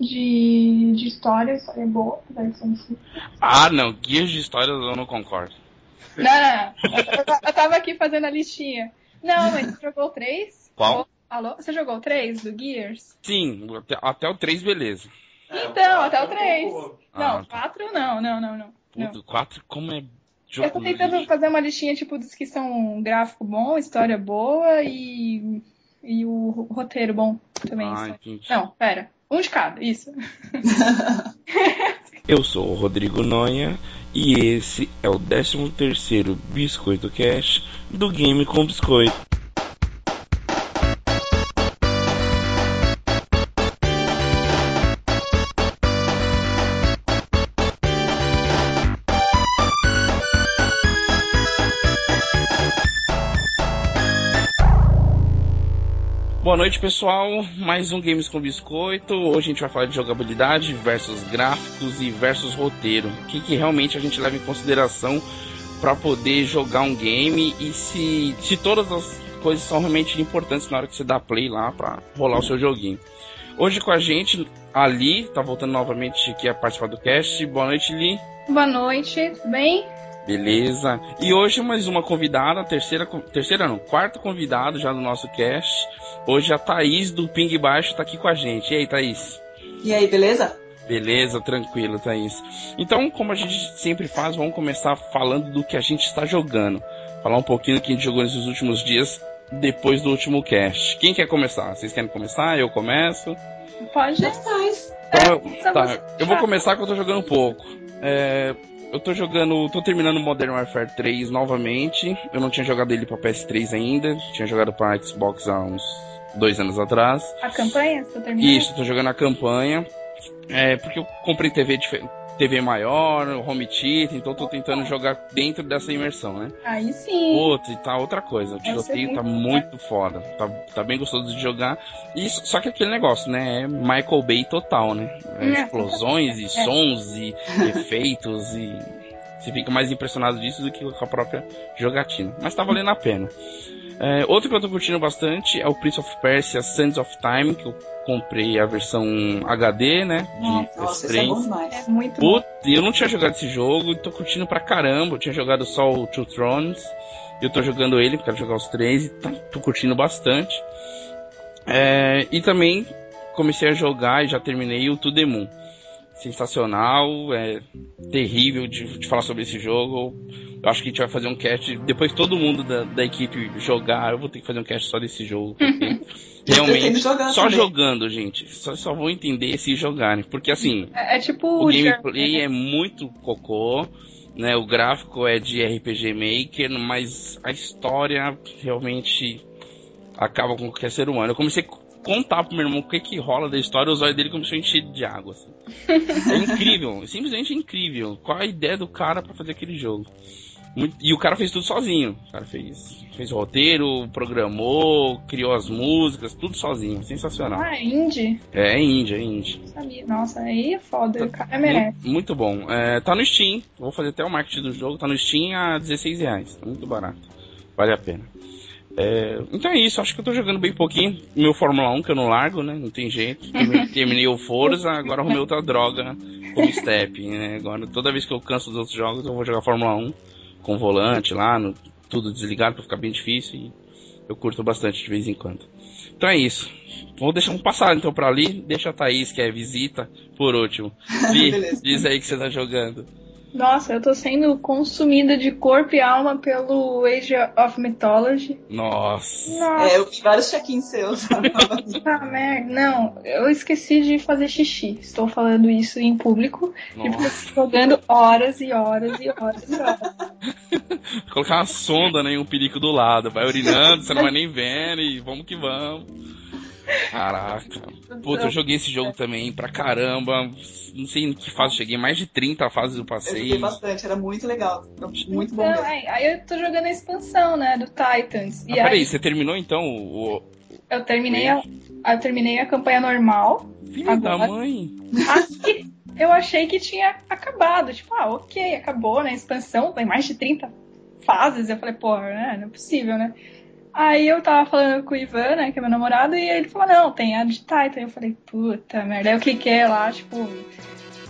de, de história, a história é boa, apesar de ser um filme. Ah, não, guias de histórias eu não concordo. Não, não, não. Eu, ta- eu tava aqui fazendo a listinha. Não, mas você jogou o 3? Qual? Alô? Você jogou o 3 do Gears? Sim, até, até o 3, beleza. Então, até o 3. Ah, Não, tá. 4 não, não, não, não. não. Puto, 4, como é jogo Eu tô tentando lixo. fazer uma listinha, tipo, dos que são um gráfico bom, história boa e, e o ro- roteiro bom também. Ah, sabe? entendi. Não, pera. Um de cada, isso. Eu sou o Rodrigo Nonha e esse é o 13º Biscoito Cash do Game com Biscoito. Boa noite, pessoal. Mais um Games com Biscoito. Hoje a gente vai falar de jogabilidade versus gráficos e versus roteiro. O que, que realmente a gente leva em consideração para poder jogar um game e se, se todas as coisas são realmente importantes na hora que você dá play lá para rolar o seu joguinho. Hoje com a gente, a Li, tá voltando novamente aqui a participar do cast. Boa noite, Li. Boa noite, tudo bem? Beleza. E hoje mais uma convidada, terceira, con- terceira não, quarto convidado já do nosso cast. Hoje a Thaís do Ping Baixo tá aqui com a gente. E aí, Thaís? E aí, beleza? Beleza, tranquilo, Thaís. Então, como a gente sempre faz, vamos começar falando do que a gente está jogando. Falar um pouquinho do que a gente jogou nesses últimos dias, depois do último cast. Quem quer começar? Vocês querem começar? Eu começo? Pode? Já é faz. Então, É, eu, só tá, você eu vou puxar. começar que eu tô jogando um pouco. É, eu tô jogando. tô terminando Modern Warfare 3 novamente. Eu não tinha jogado ele pra PS3 ainda, tinha jogado pra Xbox há uns dois anos atrás. A campanha, se eu terminar? Isso, tô jogando a campanha. É, porque eu comprei TV dife- TV maior, home theater, então tô tentando jogar dentro dessa imersão, né? Aí sim. Outro e tá outra coisa. O Deve ser tiroteio tá muito muito foda. Tá, tá bem gostoso de jogar. E, s- só que aquele negócio, né? É Michael Bay total, né? É Hum, é. explosões e É. sons e efeitos e. Você fica mais impressionado disso do que com a própria jogatina. Mas tá valendo a pena. É, outro que eu tô curtindo bastante é o Prince of Persia Sands of Time, que eu comprei a versão HD, né? De Nossa, isso é PS3. bom demais. É muito bom. Puta, eu não tinha jogado esse jogo e tô curtindo pra caramba. Eu tinha jogado só o Two Thrones. e Eu tô jogando ele, quero jogar os três e tá- tô curtindo bastante. É, e também comecei a jogar e já terminei o To The Moon. Sensacional, é terrível de, de falar sobre esse jogo. Eu acho que a gente vai fazer um cast. Depois que todo mundo da, da equipe jogar, eu vou ter que fazer um cast só desse jogo. Porque realmente. pretendo jogar Só também. jogando, gente. Só, só vou entender se jogarem. Porque assim, É, é tipo o Journey, gameplay né? é muito cocô, né? O gráfico é de RPG Maker, mas a história realmente acaba com qualquer ser humano. Eu comecei a contar pro meu irmão o que que rola da história, os olhos dele começaram a encher de água, assim. É incrível, simplesmente incrível. Qual a ideia do cara pra fazer aquele jogo? Muito- E o cara fez tudo sozinho. O cara fez, fez roteiro, programou, criou as músicas, tudo sozinho. Sensacional. Ah, é indie? É índia, é índia. Não sabia. Nossa, aí é foda. O cara merece. Mu- Muito bom. É, tá no Steam. Vou fazer até o marketing do jogo. Tá no Steam a R$ 16 reais. Tá muito barato. Vale a pena. É, então é isso. Acho que eu tô jogando bem pouquinho. Meu Fórmula 1 que eu não largo, né? Não tem jeito. Termi- Terminei o Forza, agora arrumei outra droga como Step, né? Agora toda vez que eu canso dos outros jogos, eu vou jogar Fórmula 1 com volante lá, no- tudo desligado pra ficar bem difícil. E eu curto bastante de vez em quando. Então é isso. Vou deixar um passar então pra ali. Deixa a Thaís, que é visita, por último. Vi, Beleza. diz aí que você tá jogando. Nossa, eu tô sendo consumida de corpo e alma pelo Age of Mythology. Nossa. Nossa. É, eu vi vários check-ins seus. É. Ah, merda. Não, eu esqueci de fazer xixi. Estou falando isso em público. E Nossa. fico jogando horas e horas e horas e horas. Colocar uma sonda né, e um perigo do lado. Vai urinando, você não vai nem vendo e vamos que vamos. Caraca. Puta, eu joguei esse jogo também pra caramba. Não sei em que fase eu cheguei, mais de 30 fases eu Eu passei. joguei bastante, era muito legal. Era Muito bom Então, mesmo. aí, aí eu tô jogando a expansão, né, do Titans. Ah, E peraí, aí você terminou então o. o- eu terminei a, eu terminei a campanha normal. Filho da Agora- mãe? Aí eu achei que tinha acabado. Tipo, ah, ok, acabou, né? Expansão, tem mais de 30 fases. Eu falei, porra, né? Não é possível, né? Aí eu tava falando com o Ivan, né, que é meu namorado, e ele falou, não, tem a de Titan. Eu falei, puta merda. Aí eu cliquei lá, tipo,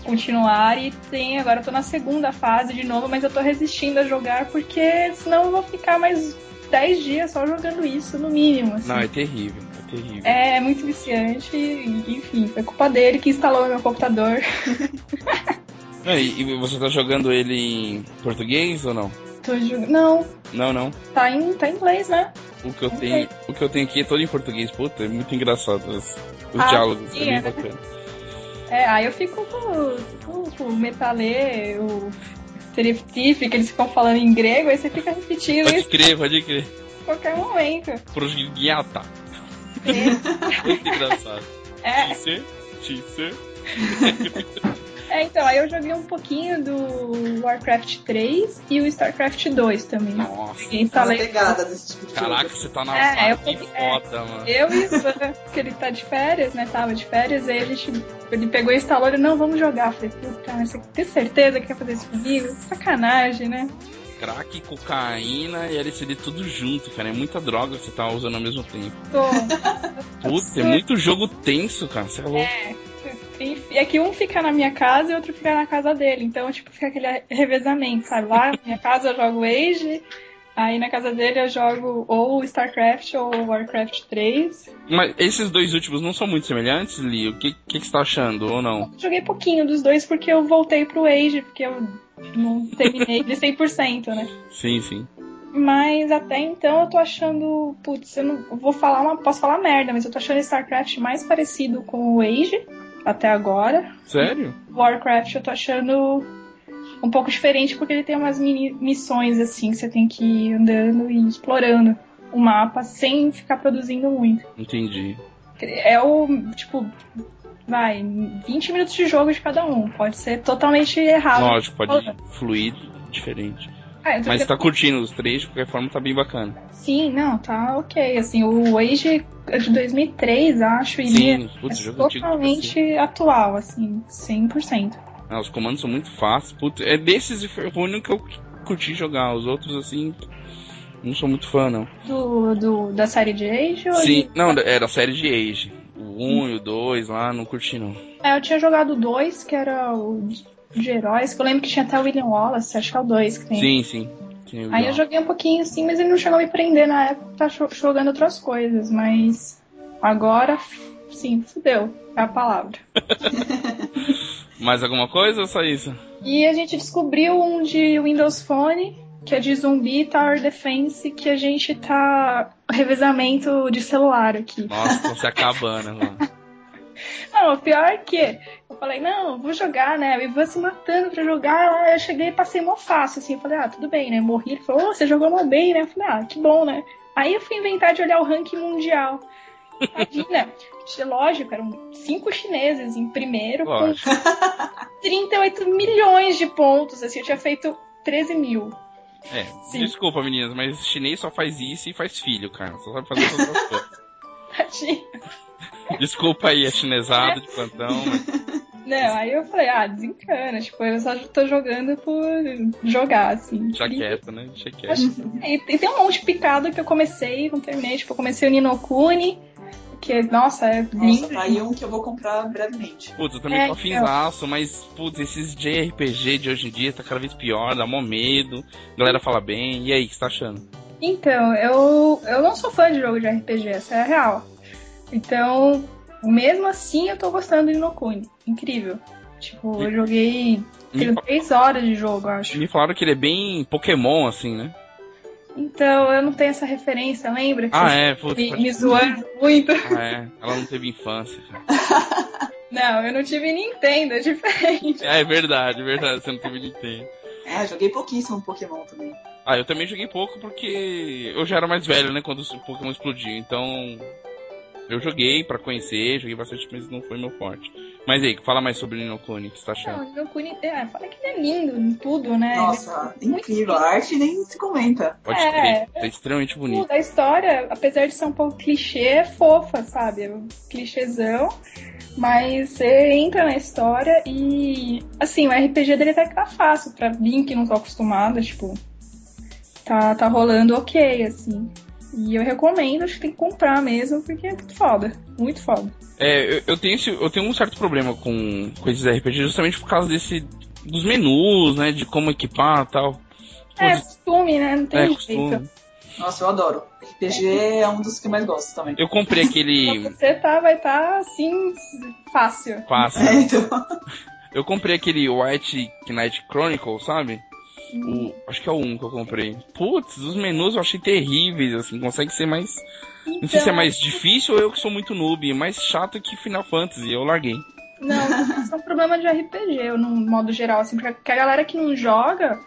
continuar e tem, agora eu tô na segunda fase de novo, mas eu tô resistindo a jogar porque senão eu vou ficar mais 10 dias só jogando isso, no mínimo, assim. Não, é terrível, é terrível. É, é muito viciante, e, enfim, foi culpa dele que instalou no meu computador. Não, e, e você tá jogando ele em português ou não? Tô jogando. Não, Não, não. tá em, tá em inglês, né? O que eu Não tenho, o que eu tenho aqui é todo em português. Puta, é muito engraçado os, os Ah, diálogos. sim, é é. bem bacana. É, aí eu fico com, com, com o metalê, o Seriftif, que eles ficam falando em grego, aí você fica repetindo Pode isso crer, pode crer. a qualquer momento. Prosguiata. Muito engraçado. É, Tisse, tisse. É, então, aí eu joguei um pouquinho do Warcraft 3 e o StarCraft 2 também. Nossa. Peguei, Tá na instalei. pegada desse tipo de jogo. Caraca, você tá na É, sala. eu que peguei- é. foda, mano. Eu e o Ivan, que ele tá de férias, né? Tava de férias, aí a gente. Ele pegou e instalou ele, não, vamos jogar. Eu falei, puta, mas você tem certeza que quer fazer isso comigo? Sacanagem, né? Crack, cocaína e LSD tudo junto, cara. É muita droga que você tá usando ao mesmo tempo. Tô. Puta, é muito jogo tenso, cara. Você é louco. Enfim, É que um fica na minha casa e outro fica na casa dele. Então, tipo, fica aquele revezamento, sabe? Lá na minha casa eu jogo Age, aí na casa dele eu jogo ou StarCraft ou Warcraft 3. Mas esses dois últimos não são muito semelhantes, Li? O que, que, que você tá achando ou não? Joguei pouquinho dos dois porque eu voltei pro Age, porque eu não terminei de 100%, né? Sim, sim. Mas até então eu tô achando. Putz, eu não eu vou falar uma. Posso falar merda, mas eu tô achando StarCraft mais parecido com o Age até agora. Sério? Warcraft eu tô achando um pouco diferente porque ele tem umas mini missões assim que você tem que ir andando e explorando o mapa sem ficar produzindo muito. Entendi. É o, tipo, vai, 20 minutos de jogo de cada um. Pode ser totalmente errado. Lógico, pode Ah, Olha. fluir diferente. Ah, eu tô Mas você querendo- tá curtindo os três, de qualquer forma tá bem bacana. Sim, não, tá ok. Assim, o Age é de 2003, acho, e ele Sim, é putz, jogo antigo. totalmente atual, assim, 100%. Ah, os comandos são muito fáceis. Putz, é desses e foi o único que eu curti jogar. Os outros, assim, não sou muito fã, não. Do, do, da série de Age? ou Sim, ele- não, era a série de Age. O 1 e o 2 lá, não curti, não. É, eu tinha jogado o 2, que era o de- de heróis, que eu lembro que tinha até o William Wallace, acho que é o 2 que tem. Sim, sim. Sim, Aí eu legal. joguei um pouquinho assim, mas ele não chegou a me prender na época, tá cho- jogando outras coisas, mas agora, sim, fudeu, é a palavra. Mais alguma coisa ou só isso? E a gente descobriu um de Windows Phone, que é de zumbi Tower Defense, que a gente tá revezamento de celular aqui. Nossa, tô se acabando, mano. Não, o pior é que eu falei, não, vou jogar, né? O Ivan se matando pra jogar, eu cheguei e passei mó fácil, assim, eu falei, ah, tudo bem, né? Morri, ele falou, "Ô, você jogou mó bem, né? Eu falei, ah, que bom, né? Aí eu fui inventar de olhar o ranking mundial. Imagina, lógico, eram cinco chineses em primeiro, com Lógico. 38 milhões de pontos, assim, eu tinha feito 13 mil. É, Sim. desculpa, meninas, mas chinês só faz isso e faz filho, cara. Só sabe fazer essas outras coisas. Tadinho. Desculpa aí, a chinesada de plantão, mas Não, aí eu falei, ah, desencana, tipo, eu só tô jogando por jogar, assim. deixa E- quieto, né? Deixa quieto. Acho- E e tem um monte picado que eu comecei e não terminei. Tipo, eu comecei o Ninokuni, que, nossa, é lindo. Nossa, tá aí um que eu vou comprar brevemente. Putz, eu também É, tô afinzaço, mas, putz, esses JRPG de hoje em dia tá cada vez pior, dá mó medo. A galera fala bem. E aí, o que você tá achando? Então, eu, eu não sou fã de jogo de RPG, essa é a real. Então, mesmo assim, eu tô gostando do Ninokuni. Incrível. Tipo, eu joguei Me, fa- 3 horas de jogo, eu acho. me falaram que ele é bem Pokémon, assim, né? Então, eu não tenho essa referência, lembra? Que Ah, vocês é, putz. me, pode- me zoando muito. Ah, é. Ela não teve infância, cara. Não, eu não tive Nintendo, é diferente. É, é verdade, é verdade, você não teve Nintendo. Ah, joguei pouquíssimo Pokémon também. Ah, eu também joguei pouco porque eu já era mais velho, né, quando o Pokémon explodiu. Então, eu joguei pra conhecer, joguei bastante, mas não foi meu forte. Mas aí, fala mais sobre o Ninokuni, o que você tá achando? Não, o Ninokuni, é, fala que ele é lindo em tudo, né? Nossa, Muito incrível. A arte nem se comenta. Pode é. crer, tá extremamente bonito. da história, apesar de ser um pouco clichê, é fofa, sabe? É um clichêzão. Mas você entra na história e, assim, o RPG dele até que tá fácil. Pra mim, que não tô acostumada, tipo, tá, tá rolando ok, assim. E eu recomendo, acho que tem que comprar mesmo, porque é muito foda. Muito foda. É, eu, eu tenho esse- eu tenho um certo problema com, com esses RPG justamente por causa desse. dos menus, né? De como equipar e tal. É costume, né? Não tem É, jeito. costume. Nossa, eu adoro. RPG é um dos que eu mais gosto também. Eu comprei Pra aquele. você tá, vai estar tá, assim, fácil. Passa. É, então. Eu comprei aquele White Knight Chronicle, sabe? O- acho que é o 1 que eu comprei. Putz, os menus eu achei terríveis, assim, consegue ser mais. Então, Não sei se é mais difícil ou eu que sou muito noob, é mais chato que Final Fantasy, eu larguei. Não, isso é um problema de RPG, no modo geral, assim, porque porque a galera que não joga,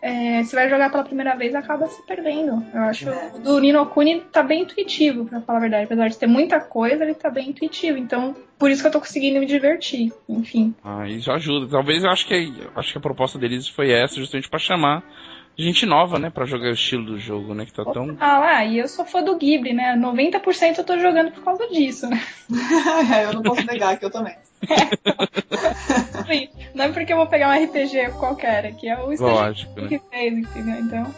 é, se vai jogar pela primeira vez, acaba se perdendo. Eu acho É. o do Nino Kuni tá bem intuitivo, pra falar a verdade. Apesar de ter muita coisa, ele tá bem intuitivo. Então, por isso que eu tô conseguindo me divertir, enfim. Ah, isso ajuda. Talvez eu acho que acho que a proposta deles foi essa, justamente pra chamar gente nova, né, Pra jogar o estilo do jogo, né, que tá tão Ah lá, e eu sou fã do Ghibli, né? 90% eu tô jogando por causa disso, né? eu não posso negar que eu também. Assim, Não é porque eu vou pegar um RPG qualquer aqui, é o estagiário lógico, né? que fez, entendeu? Então.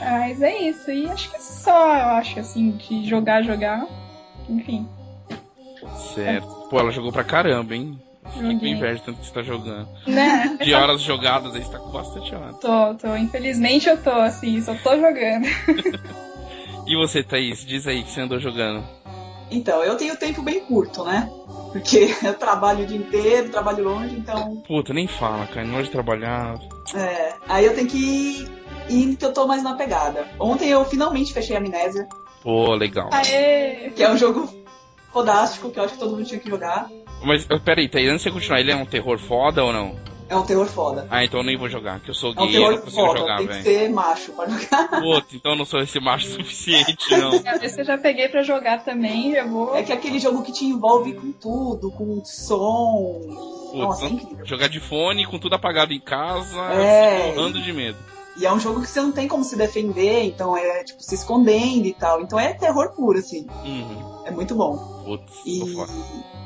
Mas é isso. E acho que só, eu acho, assim, de jogar, jogar. Enfim, Certo. Pô, ela jogou pra caramba, hein? Fiquei com Joguei. inveja de tanto que você tá jogando. né? De horas jogadas aí, você tá com bastante horas. Tô, tô. Infelizmente eu tô, assim, só tô jogando. E você, Thaís, diz aí o que você andou jogando. Então, eu tenho tempo bem curto, né? Porque eu trabalho o dia inteiro, trabalho longe, então. Puta, nem fala, cara. Não de trabalhar. é, Aí eu tenho que ir que eu tô mais na pegada. Ontem eu finalmente fechei a Amnésia, Pô, legal. Ah, Aê! que é um jogo fodástico que eu acho que todo mundo tinha que jogar. Mas eu- peraí, Thaís, antes de você continuar, ele é um terror foda ou não? É um terror foda. Ah, então eu nem vou jogar, que eu sou É um gay, eu não terror consigo foda, jogar, tem que velho. ser macho pra jogar. Puta, então eu não sou esse macho suficiente, não. Às vezes eu já peguei pra jogar também, já vou. É que é aquele jogo que te envolve com tudo, com som. Nossa, é incrível. Jogar de fone com tudo apagado em casa, É. morrendo de medo. E é um jogo que você não tem como se defender, então é tipo se escondendo e tal. Então é terror puro, assim. Uhum. É muito bom. Putz, E tô fora.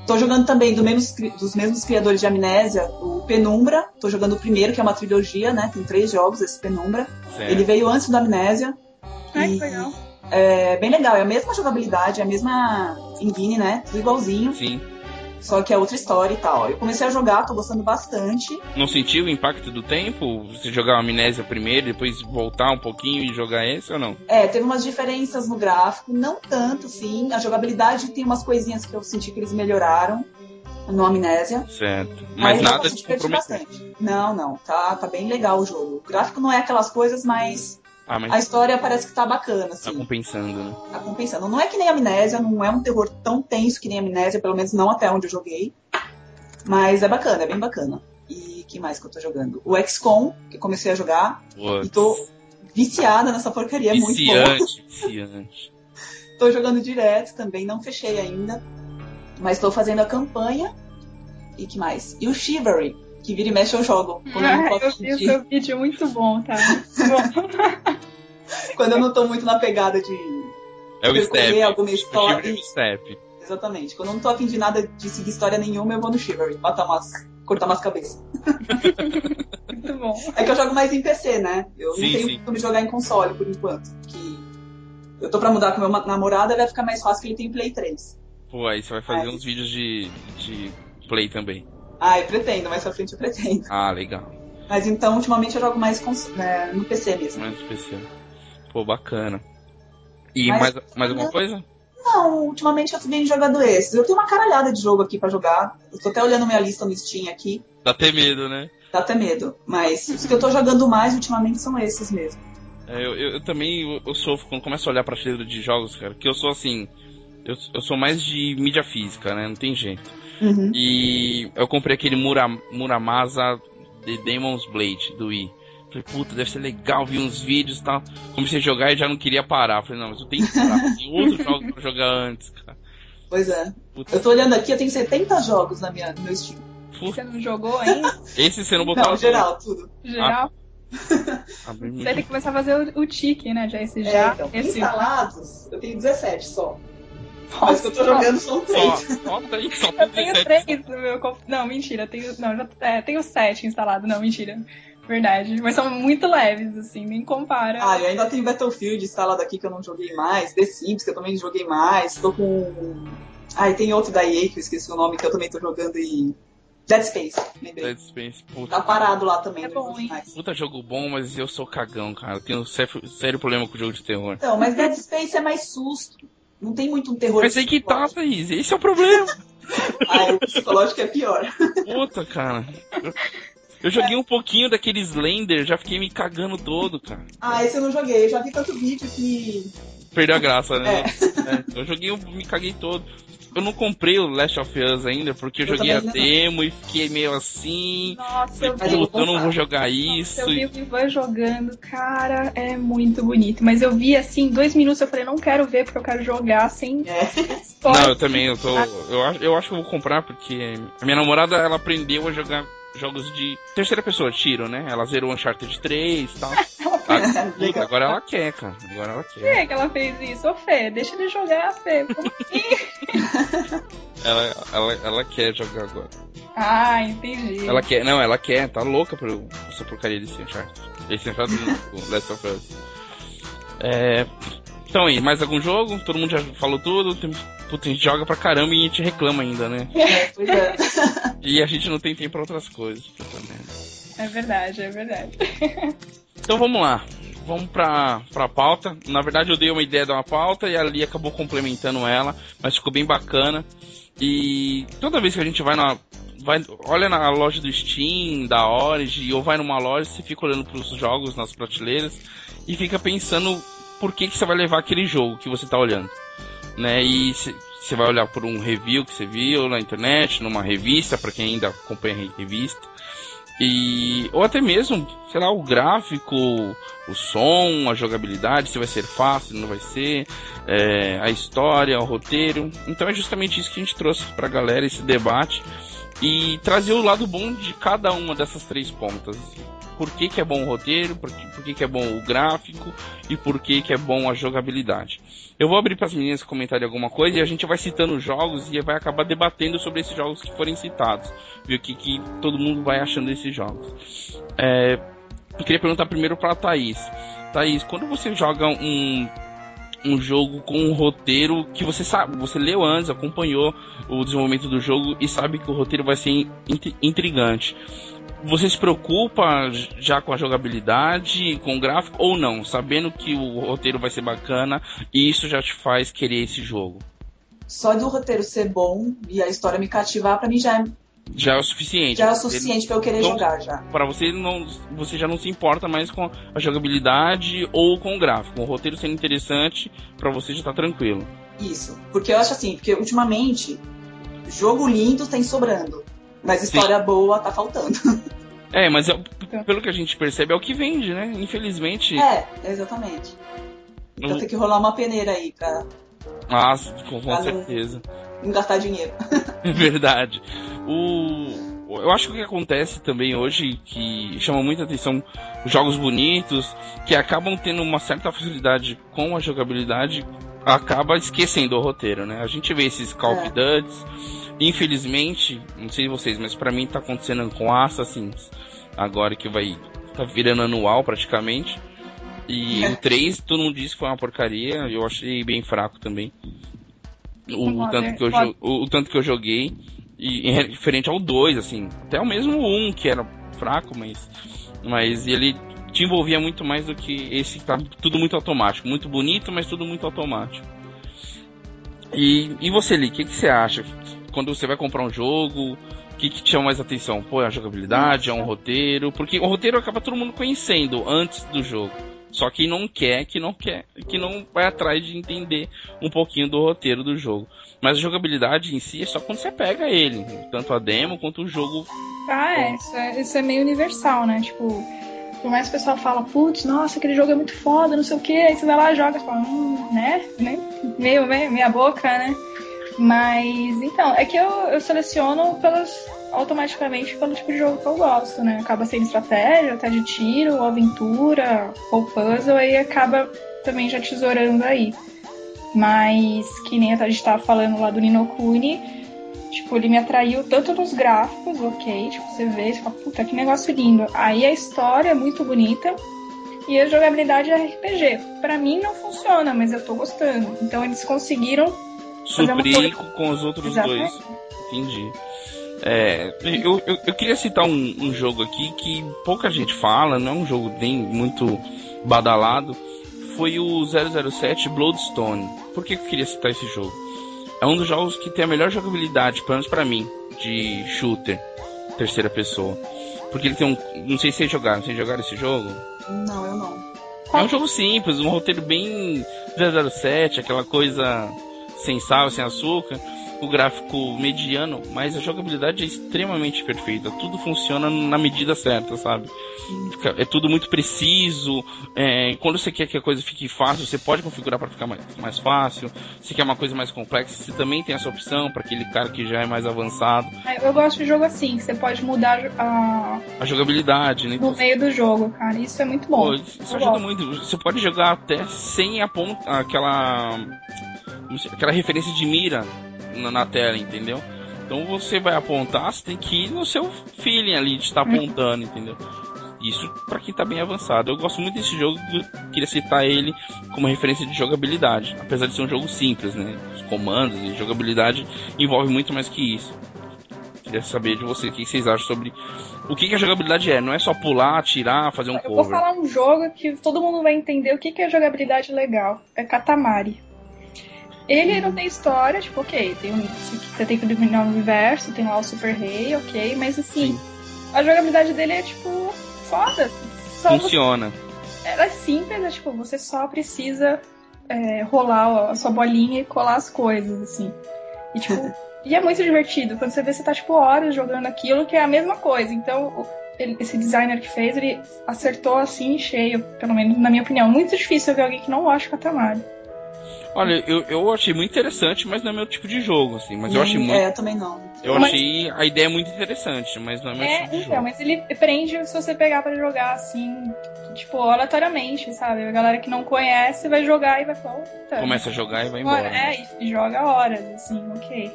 tô jogando também do mesmos cri- dos mesmos criadores de Amnésia, o Penumbra. Tô jogando o primeiro, que é uma trilogia, né? Tem três jogos, esse Penumbra. Sério. Ele veio antes do Amnésia. Ai, que E legal. É bem legal, é a mesma jogabilidade, é a mesma engine, né? Tudo igualzinho, Sim. só que é outra história e tal. Eu comecei a jogar, tô gostando bastante. Não sentiu o impacto do tempo? Você jogar a amnésia primeiro, depois voltar um pouquinho e jogar esse ou não? É, teve umas diferenças no gráfico, não tanto, sim. A jogabilidade tem umas coisinhas que eu senti que eles melhoraram no Amnésia. Certo. Mas eu nada posso de divertir comprometer. bastante. Não, não, tá, tá bem legal o jogo. O gráfico não é aquelas coisas, mas Ah, mas a história parece que tá bacana, tá assim. compensando, né? Tá compensando. Não é que nem Amnésia, não é um terror tão tenso que nem Amnésia, pelo menos não até onde eu joguei. Mas é bacana, é bem bacana. E que mais que eu tô jogando? O XCOM, que eu comecei a jogar, Putz. e tô viciada nessa porcaria, é muito boa. viciante, viciante. Tô jogando direto também, não fechei ainda. Mas tô fazendo a campanha. E que mais? E o Chivalry, que vira e mexe eu jogo. Quando eu não, Ah, eu posso vi o é sentir, seu vídeo muito bom, tá? Muito bom. quando eu não tô muito na pegada de É o percorrer step. alguma O história. livro é o step. Isso, exatamente. Quando eu não tô afim de nada de seguir história nenhuma, eu vou no Chivalry. Matar umas. Cortar umas cabeças. Muito bom. É que eu jogo mais em PC, né? Eu Sim, não tenho sim. como jogar em console por enquanto. Que eu tô pra mudar com meu ma- namorado, vai ficar mais fácil que ele tem Play 3. Pô, aí você vai fazer Ai. uns vídeos de, de play também. Ah, eu pretendo, mais pra frente eu pretendo. Ah, legal. Mas então, ultimamente, eu jogo mais cons- né, no PC mesmo. Mais é especial. Pô, bacana. E Mas- mais, mais alguma coisa? Não, ultimamente eu venho jogando esses. Eu tenho uma caralhada de jogo aqui pra jogar. Eu tô até olhando minha lista no Steam aqui. Dá até medo, né? Dá até medo. Mas os que eu tô jogando mais ultimamente são esses mesmo. É, Eu, eu, eu também eu, eu sofro quando começo a olhar pra cheiro de jogos, cara. Que eu sou assim. Eu, eu sou mais de mídia física, né? Não tem jeito. Uhum. E eu comprei aquele Mura, Muramasa The Demon's Blade do Wii. Falei, puta, deve ser legal, vi uns vídeos e tal. Comecei a jogar e já não queria parar. Falei, não, mas eu tenho que parar. Tem outro jogo pra jogar antes, cara. Pois é. Puta, Eu tô olhando aqui, eu tenho 70 jogos na minha, no meu Steam. puta. Você não jogou ainda? Esse você não botou Não, geral, tudo. Geral? Você tem que começar a fazer o, o tique, né? Já esse já. É, então, esse instalados, eu tenho 17 só. Mas que eu tô jogando são Só, 3. só tem, só tem Eu tenho 17. três no meu computador. Não, mentira, tenho. Não, já é, tenho sete instalado. Não, mentira. Verdade, mas são muito leves, assim, nem compara. Ah, eu ainda tenho Battlefield instalado aqui que eu não joguei mais, The Sims que eu também não joguei mais, tô com... Ah, e tem outro da EA que eu esqueci o nome, que eu também tô jogando em... Dead Space, lembrei. Dead Space, puta. Tá parado lá também. É não bom, jogo hein? mais. Puta jogo bom, mas eu sou cagão, cara. Eu tenho sério, sério problema com jogo de terror. Então, mas Dead Space é mais susto. Não tem muito um terror Mas aí que tá, psicológico. Thaís. Esse é o problema. Ah, o psicológico é pior. Puta, cara. Eu joguei um pouquinho daquele Slender, já fiquei me cagando todo, cara. Ah, esse eu não joguei. Eu já vi tanto vídeo que. Perdeu a graça, né? É. É, Eu joguei, eu me caguei todo. Eu não comprei o Last of Us ainda, porque eu, Eu joguei a também não. demo e fiquei meio assim. Nossa, eu vi. Falei, Mas eu vou puta, eu não comprar. vou jogar Nossa, isso. Eu vi o Ivan jogando, cara, é muito bonito. Mas eu vi assim, dois minutos, eu falei, não quero ver, porque eu quero jogar sem É. Não, eu spoiler. também, eu tô. Eu, acho- eu acho que eu vou comprar, porque a minha namorada ela aprendeu a jogar jogos de terceira pessoa, tiro, né? Ela zerou Uncharted 3 e tal. Ah, puta, Legal. agora ela quer, cara. Agora ela quer. Por que que ela fez isso? Ô Fê, deixa ele jogar, Fê. Como assim? Ela, ela, ela quer jogar agora. ah, entendi. Ela quer, não, ela quer, tá louca por essa porcaria desse Uncharted. Esse Uncharted não, o Last of Us. É, então aí, mais algum jogo? Todo mundo já falou tudo. Tem, puta, a gente joga pra caramba e a gente reclama ainda, né? Pois é. E a gente não tem tempo pra outras coisas. puta merda. É verdade, é verdade. Então vamos lá. Vamos pra, pra pauta. Na verdade eu dei uma ideia de uma pauta e a Lia acabou complementando ela, mas ficou bem bacana. E toda vez que a gente vai na. Vai, olha na loja do Steam, da Origin, ou vai numa loja, você fica olhando pros jogos nas prateleiras e fica pensando por que, que você vai levar aquele jogo que você tá olhando. Né? E se- você vai olhar por um review que você viu na internet, numa revista, para quem ainda acompanha re- revista. E, ou até mesmo, sei lá, o gráfico, o som, a jogabilidade, se vai ser fácil, não vai ser, é, a história, o roteiro. Então é justamente isso que a gente trouxe pra galera, esse debate. E trazer o lado bom de cada uma dessas três pontas. Por que, que é bom o roteiro, por que, por que, que é bom o gráfico e por que, que é bom a jogabilidade. Eu vou abrir para as meninas comentarem alguma coisa e a gente vai citando os jogos e vai acabar debatendo sobre esses jogos que forem citados ver o que, que todo mundo vai achando desses jogos. É, eu queria perguntar primeiro pra Thaís. Thaís, quando você joga um, um jogo com um roteiro que você sabe, você leu antes, acompanhou o desenvolvimento do jogo e sabe que o roteiro vai ser intri- intrigante. Você se preocupa já com a jogabilidade, com o gráfico ou não, sabendo que o roteiro vai ser bacana e isso já te faz querer esse jogo? Só do roteiro ser bom e a história me cativar, pra mim já é, Já é o suficiente. já é o Ele- suficiente pra eu querer Então- jogar já. Pra você não, você já não se importa mais com a jogabilidade ou com o gráfico. O roteiro sendo interessante, pra você já tá tranquilo. Isso. Porque eu acho assim, porque ultimamente, jogo lindo tem sobrando. Mas história boa tá faltando. É, mas é- p- pelo que a gente percebe é o que vende, né? Infelizmente, É, exatamente. Então Não- tem que rolar uma peneira aí pra ah, com, com Ah, não. certeza. não gastar dinheiro. É verdade. O eu acho que o que acontece também hoje que chama muita atenção os jogos bonitos que acabam tendo uma certa facilidade com a jogabilidade acaba esquecendo o roteiro, né? A gente vê esses Call of É. Duty, infelizmente, não sei vocês, mas pra mim tá acontecendo com Assassins agora que vai tá virando anual praticamente. E É. o 3, todo mundo disse que foi uma porcaria, eu achei bem fraco também. O, Roger, tanto, que eu, pode- jo- o, o tanto que eu joguei, e e é diferente ao 2, assim, até o mesmo 1, um, que era fraco, mas, mas ele te envolvia muito mais do que esse que tá tudo muito automático. Muito bonito, mas tudo muito automático. E, e você, Lee, o que, que você acha? Quando você vai comprar um jogo, o que, que te chama mais atenção? Pô, é a jogabilidade, é um roteiro? Porque o roteiro acaba todo mundo conhecendo antes do jogo. Só que não quer, que não quer, que não vai atrás de entender um pouquinho do roteiro do jogo. Mas a jogabilidade em si é só quando você pega ele, tanto a demo quanto o jogo. Ah, é, isso é, isso é meio universal, né? Tipo, por mais que o pessoal fala, putz, nossa, aquele jogo é muito foda, não sei o quê, aí você vai lá e joga, você fala, hum, né? né? Meio, meio, meia boca, né? Mas, então, é que eu, eu seleciono pelas, automaticamente pelo tipo de jogo que eu gosto, né? Acaba sendo estratégia, até de tiro, ou aventura, ou puzzle, aí acaba também já tesourando aí. Mas, que nem a gente tava falando lá do Ninokuni, tipo, tipo, ele me atraiu tanto nos gráficos, ok, tipo, você vê, tipo, puta, que negócio lindo. Aí a história é muito bonita e a jogabilidade é RPG. Pra mim não funciona, mas eu tô gostando. Então eles conseguiram fazer uma Suprir coisa- com os outros Exatamente. dois. Entendi. É, eu, eu, eu queria citar um, um jogo aqui que pouca gente fala, não é um jogo nem muito badalado. Foi o 007 Bloodstone. Por que que eu queria citar esse jogo? É um dos jogos que tem a melhor jogabilidade, pelo menos pra mim, de shooter, terceira pessoa. Porque ele tem um. Não sei se vocês jogaram, vocês jogaram esse jogo? Não, eu não. É um jogo simples, um roteiro bem 007, aquela coisa sem sal, sem açúcar, o gráfico mediano, mas a jogabilidade é extremamente perfeita. Tudo funciona na medida certa, sabe? Fica- É tudo muito preciso. é, quando você quer que a coisa fique fácil, você pode configurar para ficar mais, mais fácil. Se quer uma coisa mais complexa, você também tem essa opção para aquele cara que já é mais avançado. Eu gosto de jogo assim, que você pode mudar a- A jogabilidade, né? no meio do jogo, cara. Isso é muito Pô, bom. isso eu ajuda gosto. muito. Você pode jogar até sem a ponta, aquela, como se- aquela referência de mira na, na tela, entendeu? Então você vai apontar, você tem que ir no seu feeling ali de estar Uhum. apontando, entendeu? Isso pra quem tá bem avançado. Eu gosto muito desse jogo, eu queria citar ele como referência de jogabilidade. Apesar de ser um jogo simples, né? Os comandos e jogabilidade envolve muito mais que isso. Queria saber de vocês o que vocês acham sobre o que, que a jogabilidade é. Não é só pular, atirar, fazer um Eu vou cover. falar um jogo que todo mundo vai entender o que que é jogabilidade legal. É Katamari. Ele não tem história, tipo, ok, tem um- você tem que dominar o universo, tem lá o super rei, ok, mas assim, Sim. a jogabilidade dele é tipo foda. Só você, Funciona. ela é simples, é tipo, você só precisa é, rolar a sua bolinha e colar as coisas, assim. E tipo, e é muito divertido. Quando você vê, você tá, tipo, horas jogando aquilo, que é a mesma coisa. Então, o- ele- esse designer que fez, ele acertou assim em cheio, pelo menos na minha opinião. Muito difícil eu ver alguém que não gosta de Catamari. Olha, eu, eu achei muito interessante, mas não é meu tipo de jogo, assim. Mas eu Nem- achei muito. É, eu também não. Eu Hum, Mas- achei a ideia muito interessante, mas não é meu É, tipo de então, jogo. mas ele prende se você pegar pra jogar assim, tipo, aleatoriamente, sabe? A galera que não conhece vai jogar e vai falar, "Puta, Começa a jogar e vai embora. né? Agora, é, e joga horas, assim, ok.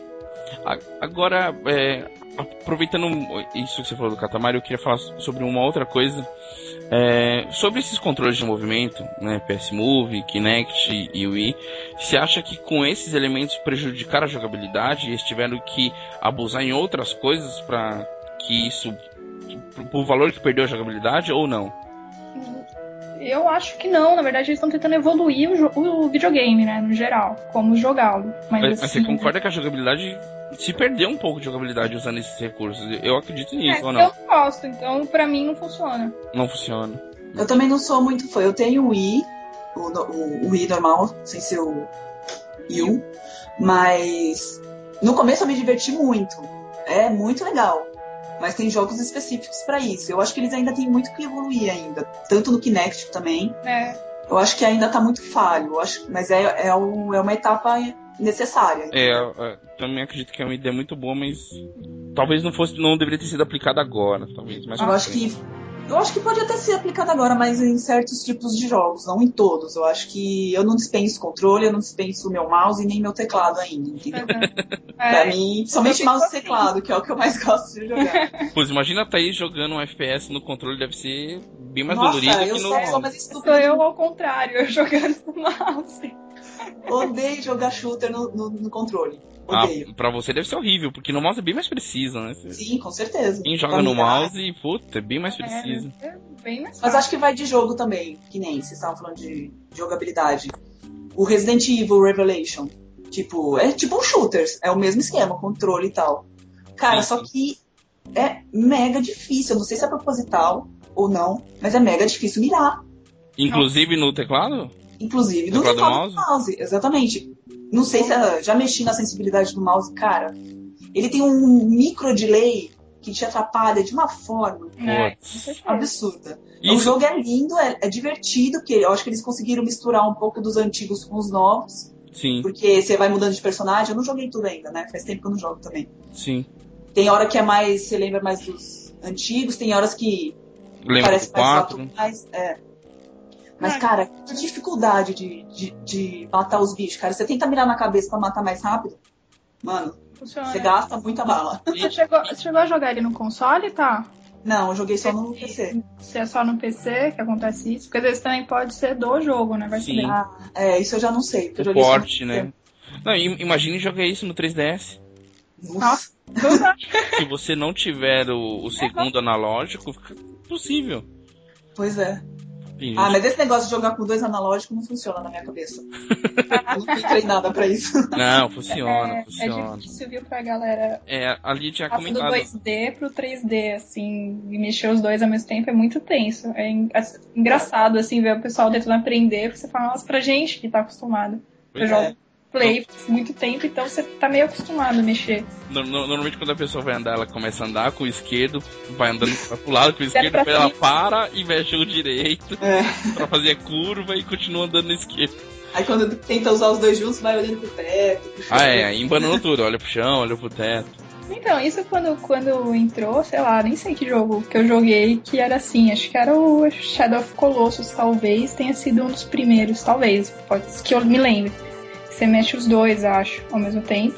A- Agora, é, aproveitando isso que você falou do Katamari, eu queria falar sobre uma outra coisa. É, sobre esses controles de movimento, né, PS Move, Kinect e Wii, você acha que com esses elementos prejudicaram a jogabilidade e eles tiveram que abusar em outras coisas para que isso, por valor que perdeu a jogabilidade ou não? Eu acho que não, na verdade eles estão tentando evoluir o, jo- o videogame, né, no geral, como jogá-lo. Mas, Mas, mas assim, você concorda que a jogabilidade se perdeu um pouco de jogabilidade usando esses recursos? Eu acredito nisso, é, ou eu não? não gosto, então pra mim não funciona. Não funciona. Eu também não sou muito fã. Eu tenho o Wii, o, no- o, o Wii normal, sem ser o Yu, mas no começo eu me diverti muito. É muito legal. Mas tem jogos específicos pra isso. Eu acho que eles ainda têm muito que evoluir ainda. Tanto no Kinect também. É, Eu acho que ainda tá muito falho. Eu acho, mas é, é, um- é uma etapa necessária. É, é, também acredito que é uma ideia muito boa, mas talvez não fosse, não deveria ter sido aplicada agora, talvez. Mas Eu acho que. Eu acho que pode até ser aplicado agora, mas em certos tipos de jogos, não em todos. Eu acho que eu não dispenso controle, eu não dispenso meu mouse e nem meu teclado ainda, entendeu? Pra é, mim, somente mouse e assim. teclado, que é o que eu mais gosto de jogar. Pois imagina a Thaís jogando um FPS no controle, deve ser bem mais Nossa, dolorido eu que no. sou, sou mais sou estúpida. eu ao contrário, eu jogando no mouse. Odeio jogar shooter no, no- no controle. Ah, Odeio. pra você deve ser horrível, porque no mouse é bem mais preciso, né? Você- Sim, com certeza. Quem joga Pra tá. no mirar. mouse, puta, é bem mais preciso. É, é bem mais Mas fácil. acho que vai de jogo também, que nem vocês estavam falando de jogabilidade. O Resident Evil Revelation. Tipo, é tipo um shooter, é o mesmo esquema, controle e tal. Cara, Sim. só que é mega difícil. Eu não sei se é proposital ou não, mas é mega difícil mirar. Inclusive no teclado? Inclusive do Teclado e teclado mouse? do mouse. Exatamente. Não sei se é- já mexi na sensibilidade do mouse, cara. Ele tem um micro delay que te atrapalha de uma forma né? Putz. Com certeza. absurda. O Isso, jogo é lindo, é, é divertido, porque eu acho que eles conseguiram misturar um pouco dos antigos com os novos, sim, porque você vai mudando de personagem. Eu não joguei tudo ainda, né? Faz tempo que eu não jogo também. sim. Tem hora que é mais, você lembra mais dos antigos, tem horas que Lembra do parece mais 4. atuais. É. Mas, Ah, cara, que dificuldade de, de, de matar os bichos, cara. Você tenta mirar na cabeça pra matar mais rápido. Mano, Funciona. você um gasta muita bala. Você chegou, você chegou a jogar ele no console, tá? Não, eu joguei só no PC. Se é só no PC que acontece isso, porque às vezes também pode ser do jogo, né? Vai Sim. saber. Ah, é, isso eu já não sei. porque eu O joguei só no porte, PC. né? Não, im- imagine jogar isso no 3DS. Nossa, Então tá. Se você não tiver o, o segundo analógico, fica impossível. pois é. Tem gente Ah, mas esse negócio de jogar com dois analógicos não funciona na minha cabeça. eu não fui treinada pra isso. Não, funciona, é, é funciona. difícil, viu, pra galera É, ali tinha passa do comentado. 2D pro 3D, assim, e mexer os dois ao mesmo tempo é muito tenso. É en- as- engraçado, assim, ver o pessoal tentando aprender, porque você fala, nossa, pra gente que tá acostumado. Eu Pois é. jogo play por muito tempo, então você tá meio acostumado a mexer. No- no- Normalmente quando a pessoa vai andar, ela começa a andar com o esquerdo, vai andando pra- pro lado com o Zero esquerdo, pra depois ela cima. para e mexe o direito É. pra fazer a curva e continua andando no esquerdo. Aí quando tenta usar os dois juntos, vai olhando pro teto. pro chão. Ah, é, aí embanando tudo, olha pro chão, olha pro teto. Então, isso quando, quando entrou, sei lá, nem sei que jogo que eu joguei que era assim. Acho que era o Shadow of Colossus, talvez tenha sido um dos primeiros, talvez, pode, que eu me lembre. Você mexe os dois, acho, ao mesmo tempo.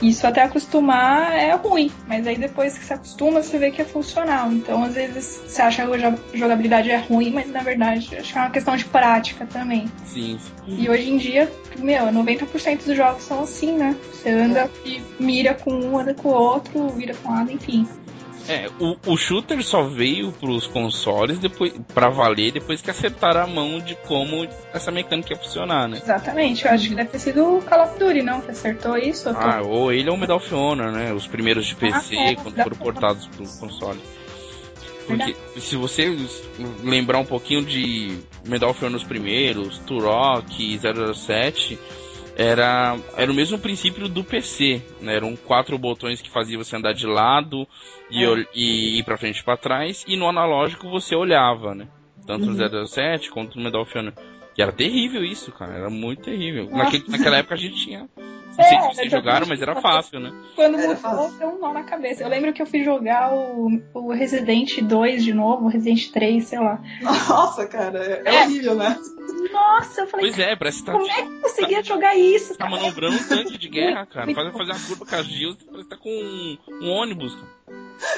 Isso até acostumar é ruim, mas aí depois que se acostuma, você vê que é funcional. Então, às vezes, você acha que a joga- jogabilidade é ruim, mas na verdade, acho que é uma questão de prática também. Sim. E hoje em dia, meu, 90% dos jogos são assim, né? Você anda e mira com um, anda com o outro, vira com um lado, enfim. É, o, o shooter só veio pros consoles depois para valer depois que acertaram a mão de como essa mecânica ia funcionar, né? Exatamente, eu acho que deve ter sido o Call of Duty, não? Que acertou isso? eu tô- Ah, ou ele é o Medal of Honor, né? Os primeiros de PC, Ah, é, quando dá foram pra- portados pro console. Verdade. Porque se você lembrar um pouquinho de Medal of Honor os primeiros, Turok, 007, era, era o mesmo princípio do PC, né? Eram quatro botões que faziam você andar de lado e, É. ol- e ir pra frente e pra trás, e no analógico você olhava, né? Tanto Uhum. no 007 quanto no Medal of Honor. E era terrível isso, cara, era muito terrível. Nossa. Naquele- naquela época a gente tinha não sei É, se vocês eu jogaram, também. mas era fácil, né? Quando Era mudou, fácil. deu um nó na cabeça. Eu lembro que eu fui jogar o, o Resident 2 de novo, Resident 3, sei lá. Nossa, cara, é, é É. horrível, né? Nossa, eu falei, Pois é, parece que tá, como é que eu conseguia jogar isso? tá cara? manobrando um tanque de guerra, cara. Faz fazer uma curva com a Gil, parece que tá com um, um ônibus.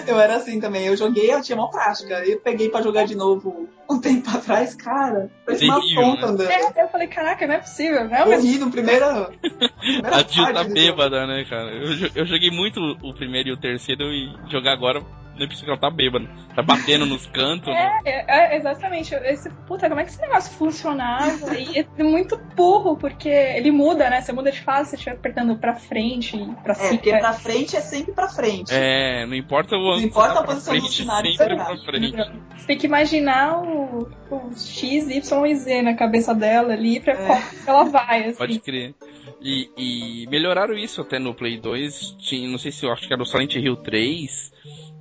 Eu era assim também. Eu joguei, eu tinha mal prática. Eu peguei pra jogar de novo um tempo atrás, cara. Parece uma Terrível, ponta né? andando. É, eu falei, caraca, não é possível, não é o mesmo Corrido, primeira. primeira A Jill tá parte do jogo. bêbada, né, cara? Eu, jo- eu joguei muito o primeiro e o terceiro e jogar agora, nem precisa que ela tá bêbada. Tá batendo nos cantos, né? É, é, exatamente. Eu- Esse, puta, como é que esse negócio funcionava? E é muito burro, porque ele muda, né? Você muda de fase, você estiver apertando pra frente, pra É, cima. porque pra frente é sempre pra frente. É, não importa o ângulo. importa tá a pra posição do frente, cenário, Sempre tá pra frente. né? Você tem que imaginar o, o X, Y e Z na cabeça dela ali pra É. qual que ela vai, assim. Pode crer. E, e melhoraram isso até no Play 2. Tinha, não sei se eu acho que era o Silent Hill 3.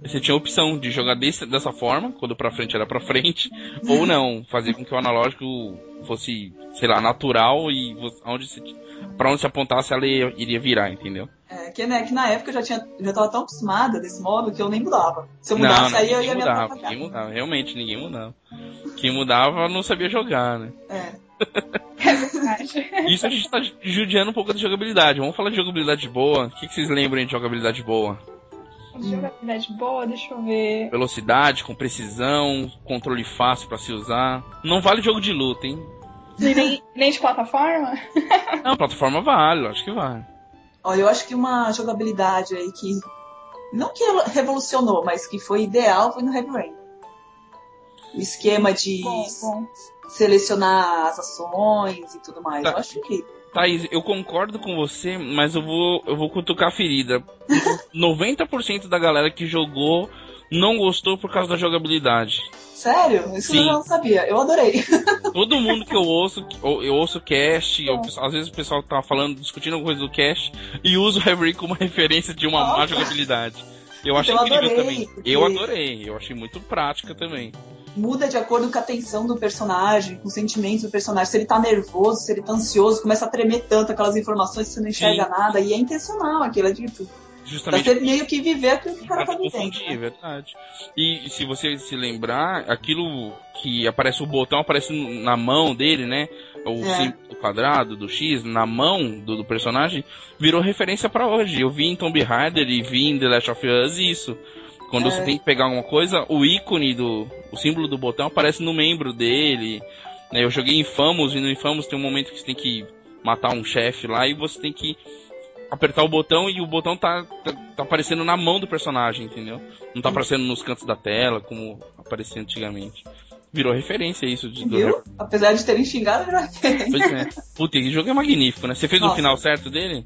Você tinha a opção de jogar desse- dessa forma, quando pra frente era pra frente, ou não, fazer com que o analógico fosse, sei lá, natural e vo- aonde se, pra onde se apontasse ela ia- iria virar, entendeu? É, que, né, que na época eu já, tinha, já tava tão acostumada desse modo que eu nem mudava. Se eu não, mudasse, não, aí eu ninguém ia me mudava, atrapalhar. ninguém mudava, realmente ninguém mudava. Quem mudava não sabia jogar, né? É. Isso a gente tá judiando um pouco da jogabilidade. Vamos falar de jogabilidade boa. O que que vocês lembram aí de jogabilidade boa? Jogabilidade boa, deixa eu ver. velocidade, com precisão, controle fácil pra se usar. Não vale jogo de luta, hein? E nem, nem de plataforma? Não, plataforma vale, eu acho que vale. Olha, eu acho que uma jogabilidade aí que. Não que ela revolucionou, mas que foi ideal foi no Heavy Rain. O esquema de Bom, bom. selecionar as ações e tudo mais. Tá. Eu acho incrível. Thaís, eu concordo com você, mas eu vou, eu vou cutucar a ferida. 90% da galera que jogou não gostou por causa da jogabilidade. Sério? Isso Sim. eu não sabia. Eu adorei. Todo mundo que eu ouço, eu, eu ouço o cast, eu- É. às vezes o pessoal tá falando, discutindo alguma coisa do cast, e usa o Reverie como referência de uma má Nossa. jogabilidade. Eu acho Eu incrível adorei, também. porque- Eu adorei, eu achei muito prática também. Muda de acordo com a tensão do personagem, com os sentimentos do personagem. Se ele tá nervoso, se ele tá ansioso, começa a tremer tanto aquelas informações que você não enxerga nada. E é intencional aquilo, é tipo. Pra Justamente você meio que viver o que o cara pra tá não vivendo. confundir, é né? verdade. E se você se lembrar, aquilo que aparece o botão aparece no- na mão dele, né? O É. símbolo do quadrado, do X, na mão do, do personagem, virou referência pra hoje. Eu vi em Tomb Raider e vi em The Last of Us isso. Quando É. você tem que pegar alguma coisa, o ícone do. o símbolo do botão aparece no membro dele. né? Eu joguei Infamous e no Infamous tem um momento que você tem que matar um chefe lá e você tem que apertar o botão e o botão tá, tá, tá aparecendo na mão do personagem, entendeu? Não tá aparecendo nos cantos da tela, como aparecia antigamente. Virou referência isso de do Viu? Apesar de terem xingado, virou Pois é. Puta, esse jogo é magnífico, né? Você fez o Nossa. final certo dele?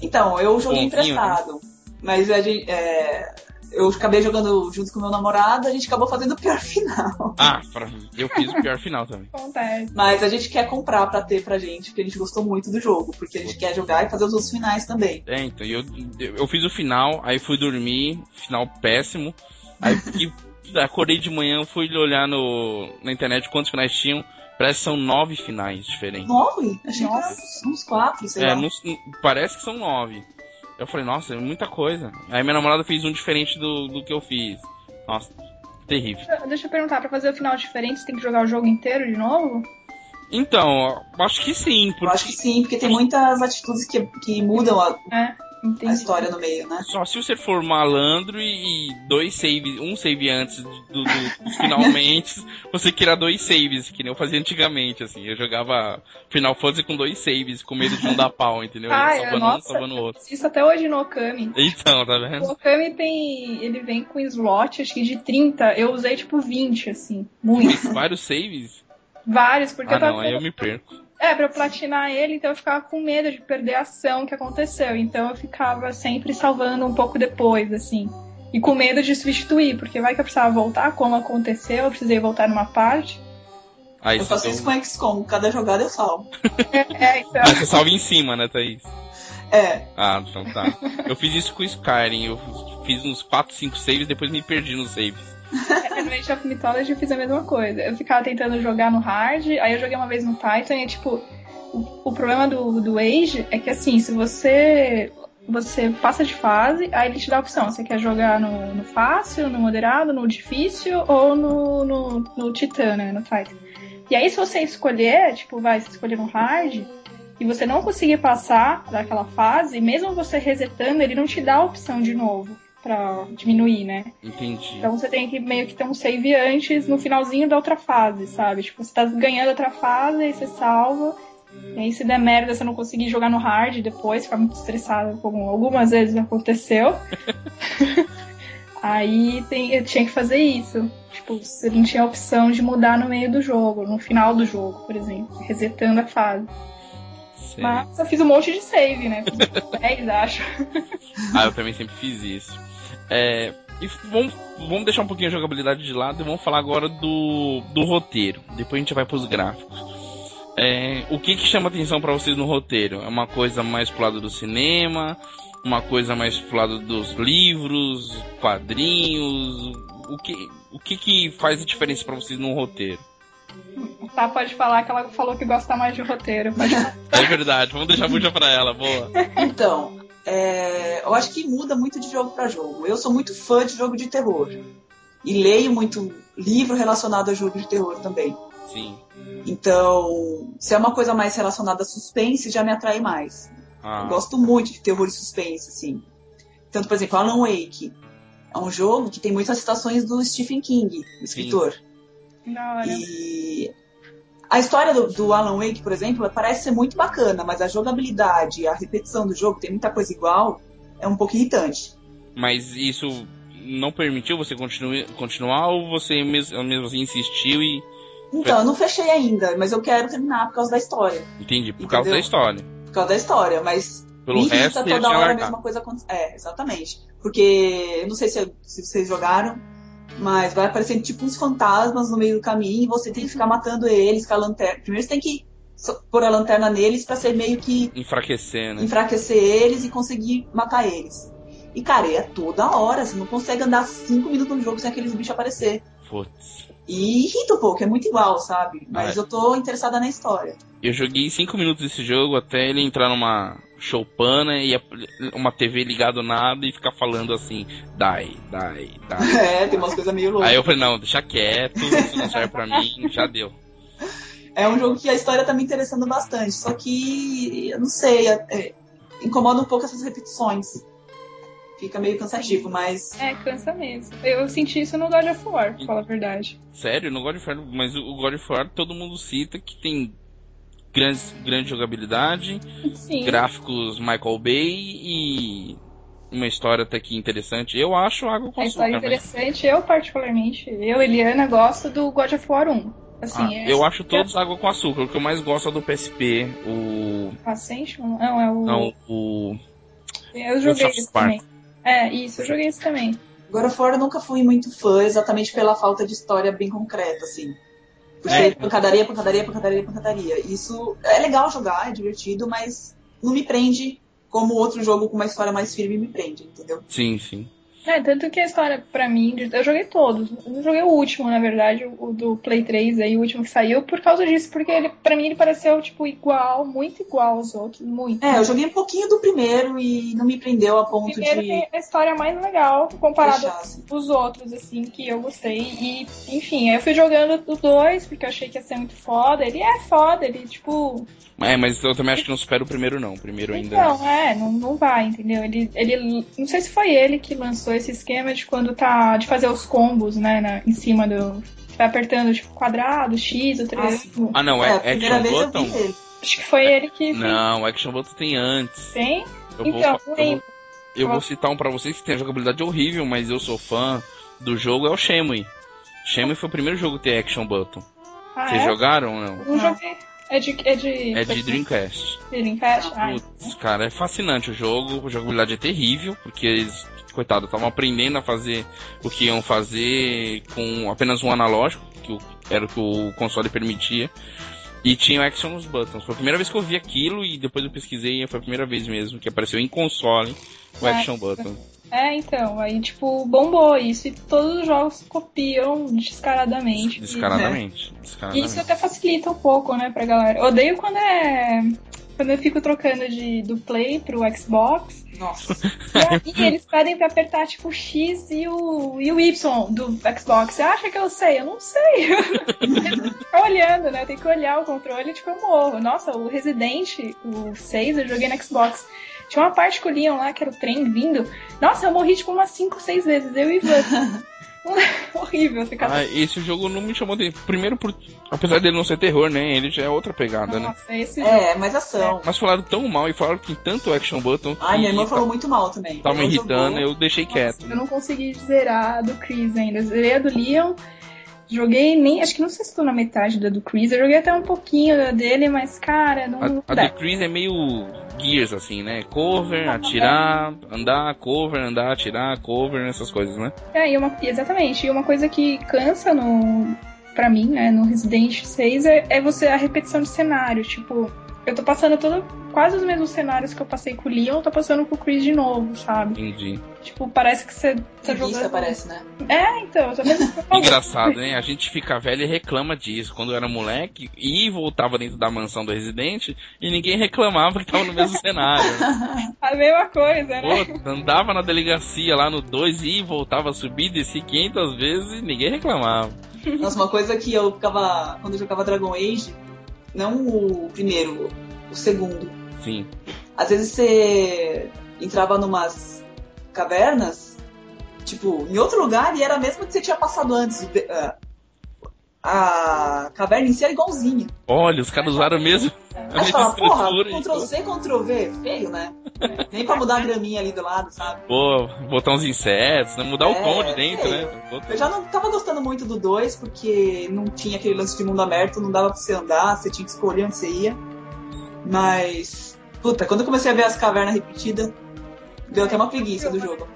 Então, eu joguei Bonzinho, né? emprestado. Mas a gente, é, eu acabei jogando junto com meu namorado, a gente acabou fazendo o pior final. Ah, pra- eu fiz o pior final também. Acontece. Mas a gente quer comprar pra ter pra gente, porque a gente gostou muito do jogo, porque a gente quer jogar e fazer os outros finais também. É, então, eu, eu fiz o final, aí fui dormir, final péssimo. Aí fiquei- acordei de manhã, fui olhar no, na internet quantos finais tinham. Parece que são nove finais diferentes. Nove? Achei Nossa. que era uns quatro, sei É, lá. não- não- parece que são nove. Eu falei, nossa, é muita coisa. Aí minha namorada fez um diferente do, do que eu fiz. Nossa, terrível. Deixa- Deixa eu perguntar, pra fazer o final diferente, você tem que jogar o jogo inteiro de novo? Então, eu acho que sim, Eu acho porque que sim, porque tem muitas atitudes que, que mudam a, É, a entendi. história no meio, né? só se você for malandro e, e dois saves, um save antes do, do- dos finalmente, você criar dois saves, que nem eu fazia antigamente, assim. Eu jogava Final Fantasy com dois saves, com medo de não dar pau, entendeu? Eu Ai, salvando um, nossa. salvando o outro. Isso até hoje no Okami. Então, tá O vendo? Okami tem. Ele vem com slot, acho que de 30. Eu usei tipo 20, assim. Muitos. Vários saves? Vários, porque Ah, eu tava. não, aí eu me perco. É, pra eu platinar ele, então eu ficava com medo de perder a ação que aconteceu. Então eu ficava sempre salvando um pouco depois, assim. E com medo de substituir, porque vai que eu precisava voltar, como aconteceu, eu precisei voltar numa parte. Aí um. Eu você faço deu- isso com XCOM, cada jogada eu salvo. É, então. Ah, você salva em cima, né, Thaís? É, Ah, então tá. Eu fiz isso com o Skyrim. Eu fiz uns 4, 5 saves, depois me perdi nos saves. É, No Age of Mythology eu fiz a mesma coisa. Eu ficava tentando jogar no hard, aí eu joguei uma vez no Titan e, tipo, o, o problema do, do Age é que, assim, se você você passa de fase, aí ele te dá a opção. Você quer jogar no, no fácil, no moderado, no difícil ou no, no, no Titã, né, no Titan. E aí se você escolher, tipo, vai, se escolher no hard... E você não conseguir passar daquela fase, mesmo você resetando, ele não te dá a opção de novo pra diminuir, né? Entendi. Então você tem que meio que ter um save antes no finalzinho da outra fase, sabe? Tipo, você tá ganhando outra fase, aí você salva. E aí se der merda, você não conseguir jogar no hard depois, ficar muito estressado, como algumas vezes aconteceu. aí tem- eu tinha que fazer isso. Tipo, você não tinha opção de mudar no meio do jogo, no final do jogo, por exemplo, resetando a fase. Sei. Mas eu fiz um monte de save, né? Fiz uns 10, acho. Ah, eu também sempre fiz isso. É, e vamos, vamos deixar um pouquinho a jogabilidade de lado e vamos falar agora do, do roteiro. Depois a gente vai pros gráficos. É, o que, que chama atenção pra vocês no roteiro? É uma coisa mais pro lado do cinema, uma coisa mais pro lado dos livros, quadrinhos. O que, o que, que faz a diferença pra vocês no roteiro? Tá, pode falar que ela falou que gosta mais de roteiro. Pode É verdade, vamos deixar a bucha pra ela, boa. então, é, eu acho que muda muito de jogo pra jogo. Eu sou muito fã de jogo de terror. E leio muito livro relacionado a jogo de terror também. Sim. Então, se é uma coisa mais relacionada a suspense, já me atrai mais. Ah, Eu gosto muito de terror e suspense, assim. Tanto, por exemplo, Alan Wake. É um jogo que tem muitas citações do Stephen King, o escritor. Na hora. E a história do, do Alan Wake, por exemplo, ela parece ser muito bacana, mas a jogabilidade, a repetição do jogo, tem muita coisa igual, é um pouco irritante. mas isso não permitiu você continue, continuar ou você mesmo, mesmo assim insistiu e. Então, eu não fechei ainda, mas eu quero terminar por causa da história. Entendi, por causa Entendeu? da história. Por causa da história, mas Pelo Me irrita resto, eu toda tinha hora a largado. mesma coisa acontecendo. É, exatamente. Porque, eu não sei se, se vocês jogaram, mas vai aparecendo tipo uns fantasmas no meio do caminho e você tem que ficar matando eles com a lanterna. Primeiro você tem que so- pôr a lanterna neles pra ser meio que Enfraquecer, né? enfraquecer eles e conseguir matar eles. E, cara, é toda hora, você não consegue andar cinco minutos no jogo sem aqueles bichos aparecer. Putz. E irrita um pouco, é muito igual, sabe? Mas Ah, eu tô interessada na história. Eu joguei 5 minutos desse jogo até ele entrar numa choupana e a- uma TV ligada ou nada e ficar falando assim, die, die, die. É, tem umas coisas meio loucas. Aí eu falei, não, deixa quieto, isso não serve pra mim, já deu. É um jogo que a história tá me interessando bastante, só que eu não sei, é- é, incomoda um pouco essas repetições. Fica meio cansativo, mas É, cansa mesmo. Eu senti isso no God of War, pra falar a verdade. Sério, no God of War, mas o God of War todo mundo cita que tem grandes, grande jogabilidade, Sim. gráficos Michael Bay e uma história até que interessante. Eu acho água com A história é açúcar, mas- interessante, eu particularmente, eu, Eliana, gosto do God of War 1. Assim, Ah, é eu acho todos água com açúcar. O que eu mais gosto é do PSP, o. Ascension? Não, é o. Não, o. eu joguei South esse Park. também. É, isso, eu joguei esse também. agora fora eu nunca fui muito fã, exatamente pela falta de história bem concreta, assim. Por ser É. pancadaria, pancadaria, pancadaria, pancadaria. Isso é legal jogar, é divertido, mas não me prende como outro jogo com uma história mais firme me prende, entendeu? Sim, sim. É, tanto que a história, pra mim, de- eu joguei todos. Eu não joguei o último, na verdade, o- o do Play 3 aí, o último que saiu, por causa disso, porque ele, pra mim ele pareceu, tipo, igual, muito igual aos outros, muito. É, eu joguei um pouquinho do primeiro e não me prendeu a o ponto primeiro de tem a história mais legal, comparado deixar, assim. os outros, assim, que eu gostei. E, enfim, aí eu fui jogando os dois, porque eu achei que ia ser muito foda. Ele é foda, ele, tipo, É, mas eu também acho que não supera o primeiro, não. O primeiro ainda. Então, é, não, não vai, entendeu? Ele, ele. Não sei se foi ele que lançou esse esquema de quando tá. de fazer os combos, né? na- em cima do. Você vai apertando, tipo, quadrado, X, o Ah, triângulo. Ah, não, é, a é, primeira Action vez eu Button? vi ele. Acho que foi ele que Não, Action Button tem antes. tem. Eu vou, Então, eu, lembro. vou, eu vou citar um pra vocês que tem a jogabilidade horrível, mas eu sou fã do jogo, é o Shenmue. Shenmue foi o primeiro jogo a ter Action Button. Ah, Vocês é? jogaram ou não? Não joguei. É de. É de, É de Dreamcast. Dreamcast? Ah, Putz, cara, é fascinante o jogo. A jogabilidade é terrível, porque eles, coitado, estavam aprendendo a fazer o que iam fazer com apenas um analógico, que o- era o que o console permitia. E tinha o action nos buttons. Foi a primeira vez que eu vi aquilo e depois eu pesquisei e foi a primeira vez mesmo que apareceu em console o É. action button. é, então. Aí, tipo, bombou isso. E todos os jogos copiam descaradamente. Descaradamente. E isso descaradamente. até facilita um pouco, né, pra galera. Eu odeio quando é. Quando eu fico trocando de, do Play pro Xbox. Nossa. E aí eles pedem pra apertar, tipo, o X e o, e o Y do Xbox. Você acha que eu sei? Eu não sei. Eu fico olhando, né? Eu tenho que olhar o controle, tipo, eu morro. Nossa, o Resident, o 6, eu joguei no Xbox. Tinha uma parte que o Leon lá, que era o trem vindo. Nossa, eu morri, tipo, umas 5, 6 vezes. Eu e o Ivan. Horrível ficar Ah, esse jogo não me chamou de. Primeiro, por... apesar dele não ser terror, né? Ele já é outra pegada, né? assim, Nossa, esse jogo. É, mas ação. Mas falaram tão mal e falaram que tem tanto action button. Ai, minha que irmã tá- falou é um muito mal também. Tava me Ela irritando, eu jogou- deixei quieto. né? Eu não consegui zerar a do Chris ainda. Eu zerei a do Leon. Joguei nem. Acho que não sei se tô na metade da do Chris. Eu joguei até um pouquinho da dele, mas, cara, não, não A, a dá. The Crease é meio Gears, assim, né? Cover, atirar, andar, cover, andar, atirar, cover, essas coisas, né? É, e uma, exatamente. E uma coisa que cansa no. Pra mim, né, no Resident 6 é, é você a repetição de cenário. Tipo, eu tô passando todo, quase os mesmos cenários que eu passei com o Leon, eu tô passando com o Chris de novo, sabe? Entendi. Tipo, parece que você tá Revista, jogando. parece, né? É, então, tá mesmo Engraçado, né? A gente fica velho e reclama disso. Quando eu era moleque e voltava dentro da mansão do residente e ninguém reclamava que tava no mesmo cenário. né. né? a mesma coisa, né? Pô, andava na delegacia lá no 2 e voltava a subir, desci 500 vezes e ninguém reclamava. Nossa, uma coisa que eu ficava. Quando eu jogava Dragon Age, não o primeiro, o segundo. Sim. Às vezes você entrava numas cavernas, tipo, em outro lugar e era a mesma que você tinha passado antes. O de- ah, A caverna em si era igualzinha. Olha, os caras usaram mesmo a Aí você então." mesma fala, porra, estrutura. e- Ctrl C, Ctrl V, feio, né? Nem pra mudar a graminha ali do lado, sabe? Pô, botar uns insetos, né? Mudar o É, tom de dentro, né? Eu já não tava gostando muito do 2, porque não tinha aquele lance de mundo aberto, não dava pra você andar, você tinha que escolher onde você ia. Mas, puta, quando eu comecei a ver as cavernas repetidas, deu até uma preguiça do jogo.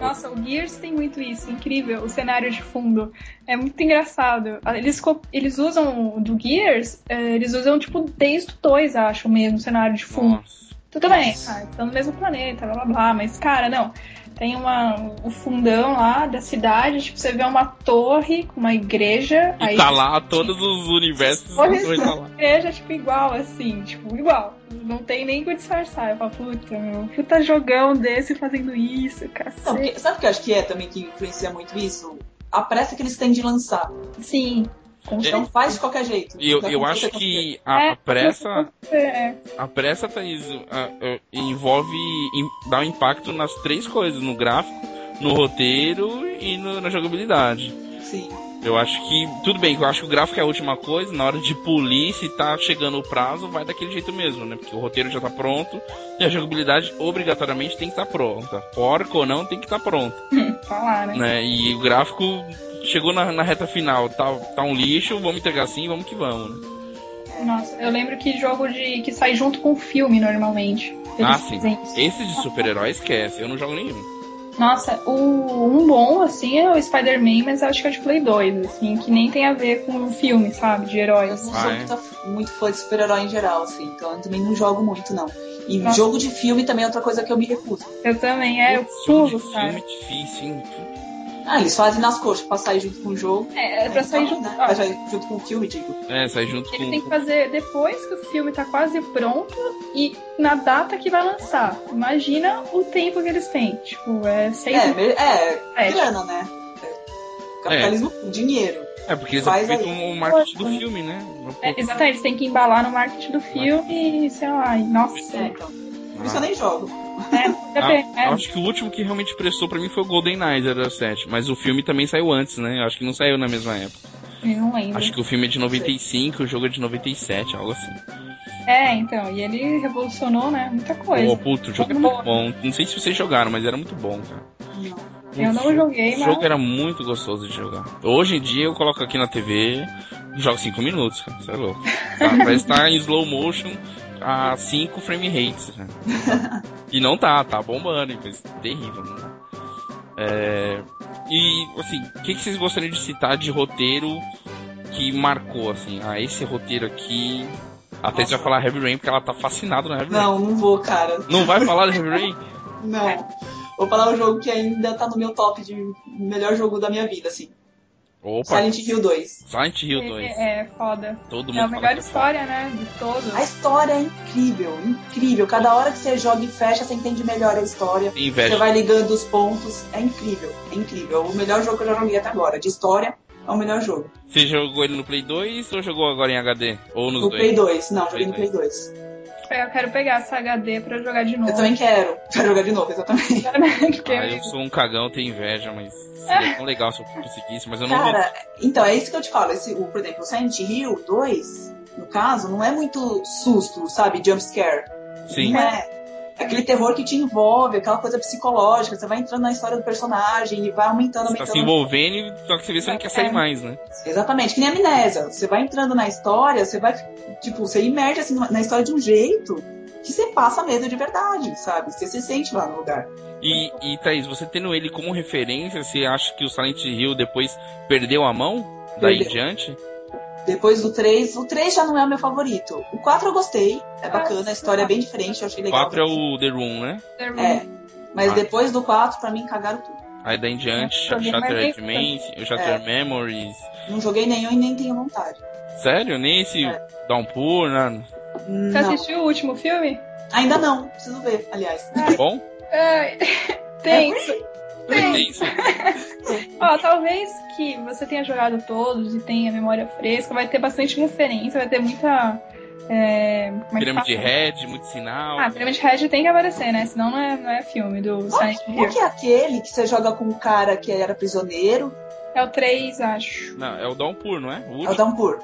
Nossa, o Gears tem muito isso, incrível, o cenário de fundo. É muito engraçado. Eles, co- eles usam o do Gears, eh, eles usam tipo desde o 2, acho mesmo, o cenário de fundo. Nossa. Tudo bem, ah, estão no mesmo planeta, blá blá blá, mas cara, não. Tem uma, o fundão lá da cidade, tipo, você vê uma torre com uma igreja. E tá lá todos os universos. Olha que vai isso. tá lá. igreja, tipo, igual, assim, tipo, igual. Não tem nem o que disfarçar. Eu falo, puta, meu, puta jogão desse fazendo isso, Não, cacete. porque- sabe o que eu acho que é também que influencia muito isso? A pressa que eles têm de lançar. Sim. Com É, certeza. Então faz de qualquer jeito. Então, E eu, Vai eu acontecer acho com que a, a pressa, É, a pressa Thaís, a- a- envolve im- dá um impacto nas três coisas, no gráfico, no roteiro e no- na jogabilidade. você. Sim. Eu acho que tudo bem, eu acho que o gráfico é a última coisa, na hora de polir se tá chegando o prazo, vai daquele jeito mesmo, né? Porque o roteiro já tá pronto e a jogabilidade obrigatoriamente tem que estar pronta. Porco ou não, tem que estar pronta falar, né? né? E o gráfico chegou na, na reta final, tá, tá um lixo, vamos entregar assim, vamos que vamos, né? Nossa, eu lembro que jogo de que sai junto com um filme normalmente. Eles Ah, sim. fazem isso. Esse de super-herói esquece, eu não jogo nenhum. Nossa, o, um bom, assim, é o Spider-Man, mas eu acho que é de Play 2, assim, que nem tem a ver com o filme, sabe? De Eu heróis. não Ah, sou é? muito, muito fã de super-herói em geral, assim, então eu também não jogo muito, não. E Nossa. jogo de filme também é outra coisa que eu me recuso. Eu também, é, eu Esse jogo pulo, de sabe? filme é difícil, hein? Ah, eles fazem nas coxas pra sair junto com o jogo. É, é pra sair junto. Né? ó, Pra sair junto com o filme, digo. É, sai junto Ele tem que com. fazer depois que o filme tá quase pronto e na data que vai lançar. Imagina o tempo que eles têm. Tipo, é seis É, me- é, É. grana, né? É. Capitalismo com dinheiro. É, porque eles Faz aí. aproveitam o marketing Poxa, do né? filme, né? É, exatamente, eles têm que embalar no marketing do filme e, sei lá, e, nossa, É, é, então. Por isso eu nem jogo. ainda bem, Ah, é, acho que o último que realmente prestou pra mim foi o Golden Knight 07, mas o filme também saiu antes, né? Acho que não saiu na mesma época. né? eu não lembro. Acho que o filme é de 95, o jogo é de 97, algo assim. É, então, e ele revolucionou, né, muita Pô, coisa. puto, o jogo é Bom. muito bom. Não sei se vocês jogaram, mas era muito bom, cara. Não. Eu não joguei, O mas jogo era muito gostoso de jogar. Hoje em dia eu coloco aqui na TV, jogo 5 minutos, cara. Isso é louco. Tá, parece que tá em slow motion a 5 frame rates. Cara. E não tá, tá bombando, mas terrível, não dá. É, E assim, o que, que vocês gostariam de citar de roteiro que marcou, assim? Ah, esse roteiro aqui. Até já falar Heavy Rain, porque ela tá fascinada na Heavy Rain. não, não vou, cara. Não vai falar de Heavy Rain? Não. Vou falar um jogo que ainda tá no meu top de melhor jogo da minha vida, assim. Opa, Silent Hill 2. Silent Hill 2. é, é foda. Todo mundo É a fala melhor que é história, né, de todos. A história é incrível, incrível. Cada hora que você joga e fecha, você entende melhor a história. foda. Você Inveja. vai ligando os pontos. É incrível, é incrível. É o melhor jogo que eu já joguei até agora. De história, é o melhor jogo. Você jogou ele no Play 2 ou jogou agora em HD? Ou nos No dois? Play 2. Não, joguei no Play Play 2. Tipo, Eu quero pegar essa HD pra jogar de novo. Eu também quero. Quero jogar de novo, exatamente. Porque Ah, eu sou um cagão, tenho inveja, mas seria tão legal se eu conseguisse, mas eu não vou. Cara, então é isso que eu te falo. Esse, o, por exemplo, o Silent Hill 2, no caso, não é muito susto, sabe? Jump scare. Sim. Não é. É Aquele terror que te envolve, aquela coisa psicológica, você vai entrando na história do personagem e vai aumentando, Você tá se aumentando. envolvendo e só que você vê que você não quer sair É. mais, né? Exatamente, que nem amnésia. Você vai entrando na história, você vai, tipo, você imerge assim, na história de um jeito que você passa medo de verdade, sabe? Você se sente lá no lugar. E, e Thaís, você tendo ele como referência, você acha que o Silent Hill depois perdeu a mão? Daí em Perdeu. diante? Depois do 3, o 3 já não é o meu favorito. O 4 eu gostei, Ah, é bacana, a história é bem diferente, eu achei O legal. 4 é o The Room, né? É, mas Ah. depois do 4, pra mim, cagaram tudo. Aí daí em diante, É, Sh- Shattered, É. Dimension, Shattered Memories. Não joguei nenhum e nem tenho vontade. Sério? Nem esse É. Downpour, né? Você Não. assistiu o último filme? Ainda não, preciso ver, aliás. Tá bom? É, tenso. Tenso. Tem. Ó, talvez que você tenha jogado todos e tenha memória fresca, vai ter bastante referência, vai ter muita. É, como é que Pirâmide tá fala? Red, muito sinal. Ah, Pirâmide Red tem que aparecer, né? Senão não é, não é filme do Silent Qual Hill. que é aquele que você joga com um cara que era prisioneiro? É o 3, acho. Não, é o Downpour, não é? O É o último? Downpour.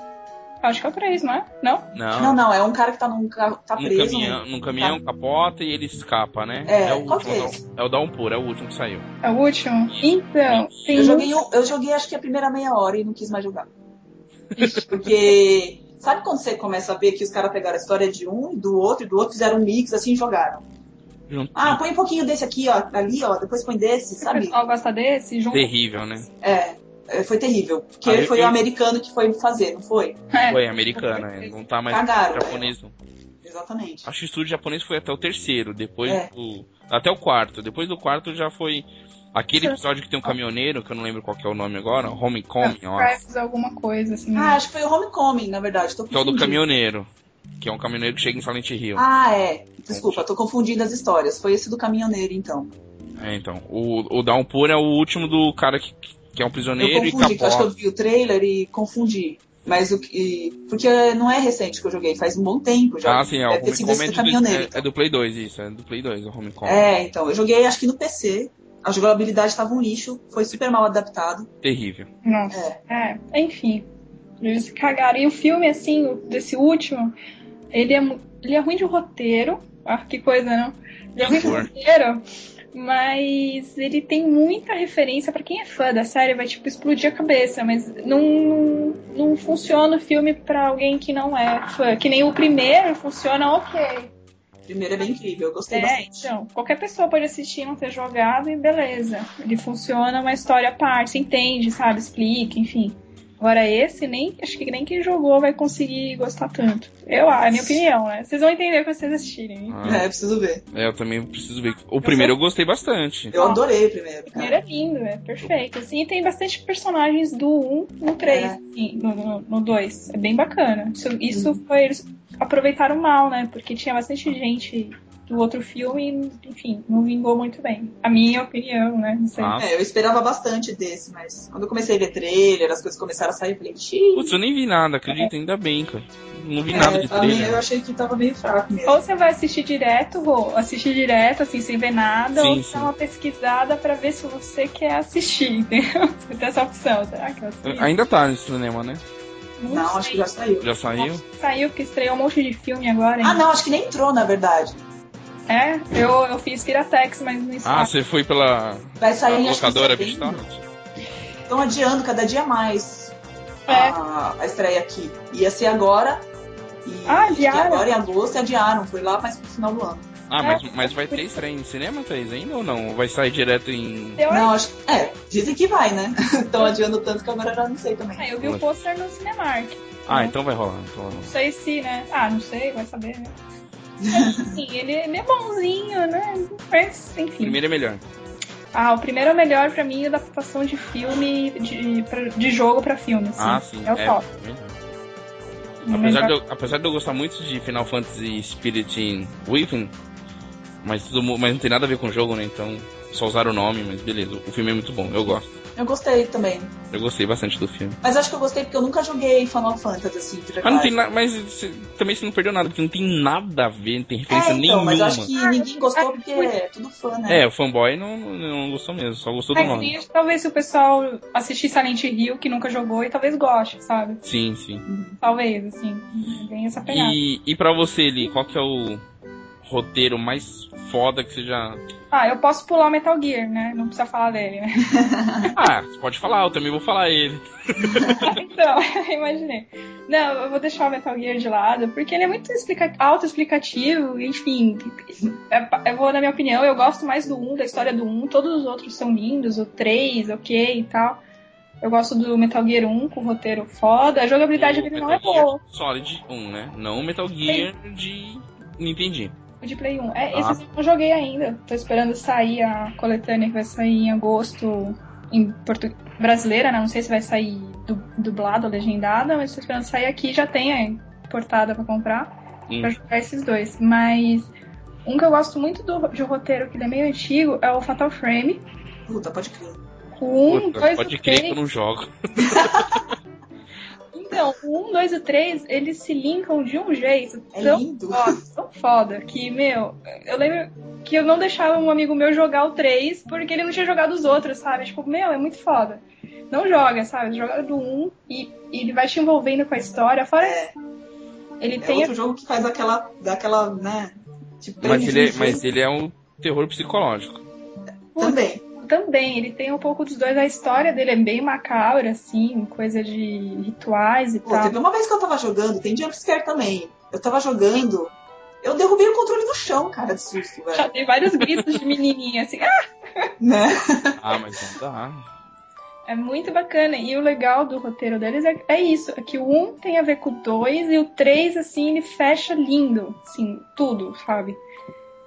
Acho que é o 3, não é? Não? Não, Não, não, é um cara que tá num carro, tá num preso. caminhão, né? num caminhão capota e ele escapa, né? É, o qual último. que é não. esse? é o Downpour, é o último que saiu. É o último? Então, tem. Eu joguei, um- eu joguei acho que a primeira meia hora e não quis mais jogar. Porque sabe quando você começa a ver que os caras pegaram a história de um e do outro e do outro, fizeram um mix assim e jogaram. Junto. Ah, põe um pouquinho desse aqui, ó, ali, ó, depois põe desse, Se o sabe? pessoal gosta desse, junto. Terrível, né? É, é, foi terrível. Porque Aí foi eu- o americano que foi fazer, não foi? É. Foi americana, né? não tá mais Cagaram. é. japonês. Ah. não. Exatamente. Acho que o estúdio japonês foi até o terceiro, depois É. do. Até o quarto. Depois do quarto já foi. Aquele Sim. episódio que tem um caminhoneiro, que eu não lembro qual que é o nome agora, Homecoming, ó. Faz alguma coisa, assim. Ah, acho que foi o Homecoming, na verdade. Tô Que é o do confundindo. caminhoneiro. Que é um caminhoneiro que chega em Silent Hill. Ah, é. Desculpa, tô confundindo as histórias. Foi esse do caminhoneiro, então. É, então. O, o Downpour é o último do cara que, que é um Eu prisioneiro e confundi, que eu acho que eu capota. vi o trailer e confundi. Mas o que. Porque não é recente que eu joguei, faz um bom tempo já. Ah, sim, é o Deve ter sido Homecoming esse é do do, caminhoneiro. é, é então. do Play 2, isso. É do Play 2, o Homecoming. É, então, eu joguei acho que no PC. A jogabilidade tava um lixo, foi super mal adaptado. Terrível. Nossa. É. enfim. Eles cagaram. E o filme, assim, o- desse último, ele é, mu- ele é ruim de roteiro. Ah, que coisa, não? Ele é ruim de Por. roteiro. Mas ele tem muita referência pra quem é fã da série, vai tipo explodir a cabeça, mas não, não, não funciona o filme pra alguém que não é fã. Que nem o primeiro funciona ok. O primeiro é bem incrível, eu gostei É, bastante. então, qualquer pessoa pode assistir, não ter jogado e beleza. Ele funciona uma história à parte, você entende, sabe? Explica, enfim. Agora esse, nem, acho que nem quem jogou vai conseguir gostar tanto. Eu, a minha opinião, né? Vocês vão entender quando vocês assistirem. Ah, É, preciso ver. é, eu também preciso ver. O primeiro eu gostei bastante. Eu adorei o primeiro. O primeiro é lindo, é perfeito. Assim, e tem bastante personagens do 1 no 3, É. assim, no- no no 2. É bem bacana. Isso, isso foi. Eles aproveitaram mal, né? Porque tinha bastante gente do outro filme e, enfim, não vingou muito bem. A minha opinião, né? Não sei. Ah, É, eu esperava bastante desse, mas quando eu comecei a ver trailer, as coisas começaram a sair, eu falei, xiii. Putz, eu nem vi nada, acredita? Ainda bem, cara. Não vi É, nada de pra mim, eu trilha. achei que tava meio fraco mesmo. Ou você vai assistir direto, Rô, assistir direto, assim, sem ver nada, Sim, ou sim. dá uma pesquisada pra ver se você quer assistir, entendeu? Você tem essa opção. Será que eu assisto? Ainda tá no cinema, né? Oh, Não, acho que já saiu. Já saiu? Saiu porque estreou um monte de filme agora. Ah, hein? não, acho que nem entrou, na verdade. É, eu, eu fiz Piratex, mas não está. Ah, você foi pela Vai sair acho que em locadora é setembro. digital? Estão adiando cada dia mais É. a, a estreia aqui. Ia ser agora. E, Ah, e adiaram? agora em agosto adiaram. Foi lá mais pro final do ano. Ah, mas, É. mas vai ter estreia em cinema, Thaís, ainda ou não? Vai sair direto em... Eu, Não, acho que. É, dizem que vai, né? Estão adiando tanto que agora eu já não sei também. ah, eu vi o pôster no Cinemark. É. Ah, então vai rolar. Então vai rolar. Não sei se, né? Ah, não sei, vai saber, né? Sim, ele, ele é bonzinho, né? Mas, O enfim. Primeiro é melhor. Ah, o primeiro é o melhor pra mim, é da adaptação de filme, de, pra- de jogo pra filme. Assim. Ah, sim. É o top. É. Apesar, Melhor. de eu, apesar de eu gostar muito de Final Fantasy Spirit in Weaving, mas, tudo, mu- mas não tem nada a ver com o jogo, né? Então, só usaram o nome, mas beleza. O filme é muito bom, eu gosto. Eu gostei também. Eu gostei bastante do filme. Mas acho que eu gostei porque eu nunca joguei Final Fantasy, assim, de Ah, verdade. não tem nada, mas você- também você não perdeu nada, porque não tem nada a ver, não tem referência é, então, nenhuma. mas eu acho que ninguém gostou porque é tudo fã, né? É, o fanboy não, não não gostou mesmo, só gostou do Mas nome. isso, talvez se o pessoal assistir Silent Hill, que nunca jogou, e talvez goste, sabe? Sim, sim. Talvez, assim. Tem essa É. pegada. E, e pra você, Li, qual que é o roteiro mais foda que você já. Ah, eu posso pular o Metal Gear, né? Não precisa falar dele, né? Ah, você pode falar, eu também vou falar ele. Então, imaginei. Não, eu vou deixar o Metal Gear de lado, porque ele é muito explica- autoexplicativo, enfim. É pa- Eu vou, na minha opinião, eu gosto mais do 1, da história do 1, todos os outros são lindos, o 3, ok e tal. Eu gosto do Metal Gear 1 com roteiro foda, a jogabilidade O dele não Metal é boa, Gear Solid 1, né? Não o Metal Gear de Nintendinho. o de Play 1. É, Ah. Esse eu não joguei ainda, tô esperando sair a coletânea que vai sair em agosto em portu- brasileira, né? Não sei se vai sair du- dublada ou legendada, mas tô esperando sair aqui, já tem a portada pra comprar. Hum. pra jogar esses dois. Mas um que eu gosto muito do, de roteiro, que ele é meio antigo, é o Fatal Frame. É. Puta, pode crer. O 1, Puta, 2 um, pode e crer que eu 3. não jogo. Então, o 1, 2 e 3, eles se linkam de um jeito É tão lindo. foda, tão foda, que, meu, eu lembro que eu não deixava um amigo meu jogar o 3 porque ele não tinha jogado os outros, sabe? Tipo, meu, é muito foda. Não joga, sabe? Joga do 1 e, e ele vai te envolvendo com a história. Fora É, ele é tem outro jogo que faz aquela, daquela, né? Tipo, Mas prende ele, é, você mas ele é um terror psicológico. também. também, ele tem um pouco dos dois. A história dele é bem macabra, assim, coisa de rituais e Pô, tal. teve uma vez que eu tava jogando, tem jumpscare também. Eu tava jogando, eu derrubei o controle no chão, cara, de susto, velho. Já dei vários gritos de menininha, assim. Ah! né? Ah, mas não dá. É muito bacana. E o legal do roteiro deles é, é isso: é que o 1 tem a ver com o 2 e o 3, assim, ele fecha lindo. Assim, tudo, sabe?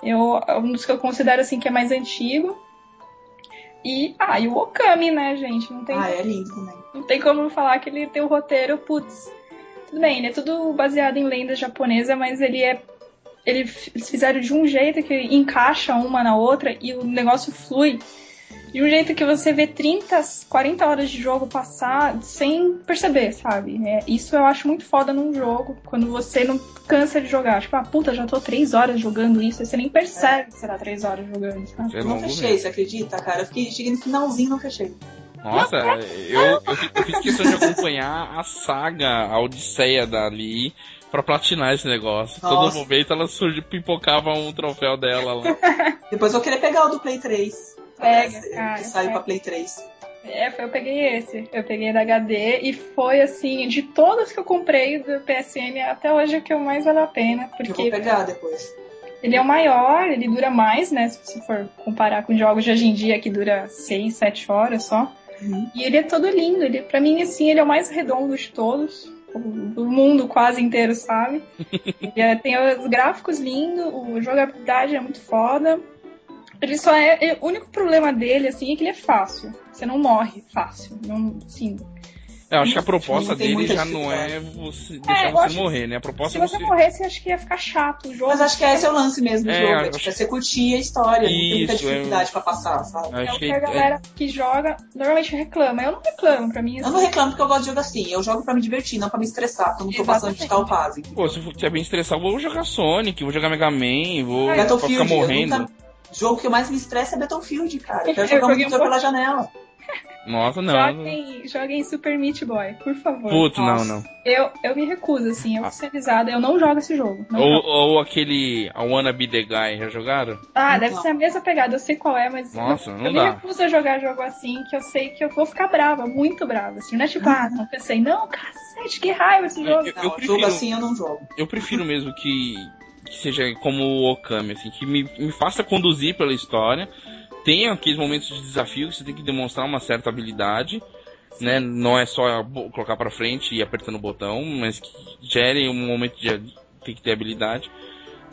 Eu, é um dos que eu considero, assim, que é mais antigo. E, ah, e o Okami, né, gente? Não tem, Ah, é lindo também. não tem como falar que ele tem o roteiro, putz. Tudo bem, ele é tudo baseado em lenda japonesa, mas ele é. ele f- Eles fizeram de um jeito que encaixa uma na outra e o negócio flui. De um jeito que você vê 30, 40 horas de jogo passar sem perceber, sabe? É, isso eu acho muito foda num jogo, quando você não cansa de jogar. Tipo, ah, puta, já tô 3 horas jogando isso, aí você nem percebe que será 3 horas jogando, sabe? É Eu não longo fechei, mesmo. você acredita, cara? Eu fiquei, cheguei no finalzinho e não fechei. Nossa, eu, eu, fi- eu fiz questão de acompanhar a saga, a odisseia dali, pra platinar esse negócio. Todo Nossa. momento ela surge, pipocava um troféu dela lá. Depois eu vou querer pegar o do Play 3. Pega, Parece É, cara, Que saiu pega. pra Play 3. É, foi, eu peguei esse. Eu peguei da HD e foi assim, de todos que eu comprei do PSN, até hoje é o que eu mais vale a pena, Eu vou porque pegar depois. ele é o maior, ele dura mais, né? Se você for comparar com jogos de hoje em dia que dura 6, 7 horas só. Uhum. E ele é todo lindo, ele para mim assim, ele é o mais redondo de todos. o- Do mundo quase inteiro, sabe? E, é, tem os gráficos lindos, o jogabilidade é muito foda. Ele só é, é- O único problema dele, assim, é que ele é fácil. Você não morre fácil. Não, sim, É, eu acho que a proposta Não tem dele muita já não é você deixar eu você acho que morrer, né? A proposta Se é você você. morresse, acho que ia ficar chato o jogo. Mas acho que esse é o lance mesmo do É, jogo. eu É, acho- tipo, é você curtir a história, não tem muita Isso, é. dificuldade pra passar, sabe? Eu é o achei- que a galera que joga normalmente reclama. Eu não reclamo, pra mim. Eu assim, não reclamo porque eu gosto de jogo assim. Eu jogo pra me divertir, não pra me estressar, porque eu não tô passando de tal fase. Pô, se eu tiver bem estressado, vou jogar Sonic, vou jogar Mega Man, vou É, pra ficar Battlefield, eu morrendo. nunca... O jogo que eu mais me estressa é Battlefield, cara. Eu Eu quero jogar um joguei um monitor pouco. pela janela. Nossa, não. Joguem, joguem Super Meat Boy, por favor. Puto, não, Nossa. não. Eu, eu me recuso, assim, eu Ah. oficializada. Eu não jogo esse jogo. não Ou, jogo. ou aquele I Wanna Be The Guy, já jogaram? Ah, Não. deve ser a mesma pegada, eu sei qual é, mas. Nossa, eu não me dá. recuso a jogar jogo assim, que eu sei que eu vou ficar brava, muito brava. Assim, não é tipo, ah, não pensei, não, cacete, que raiva esse jogo. Eu- eu Não, prefiro- jogo assim eu não jogo. Eu prefiro mesmo que, que seja como o Okami, assim, que me, me faça conduzir pela história. Tem aqueles momentos de desafio que você tem que demonstrar uma certa habilidade, né? Não é só bo- colocar pra frente e apertando o botão, mas que gere um momento de tem que ter habilidade.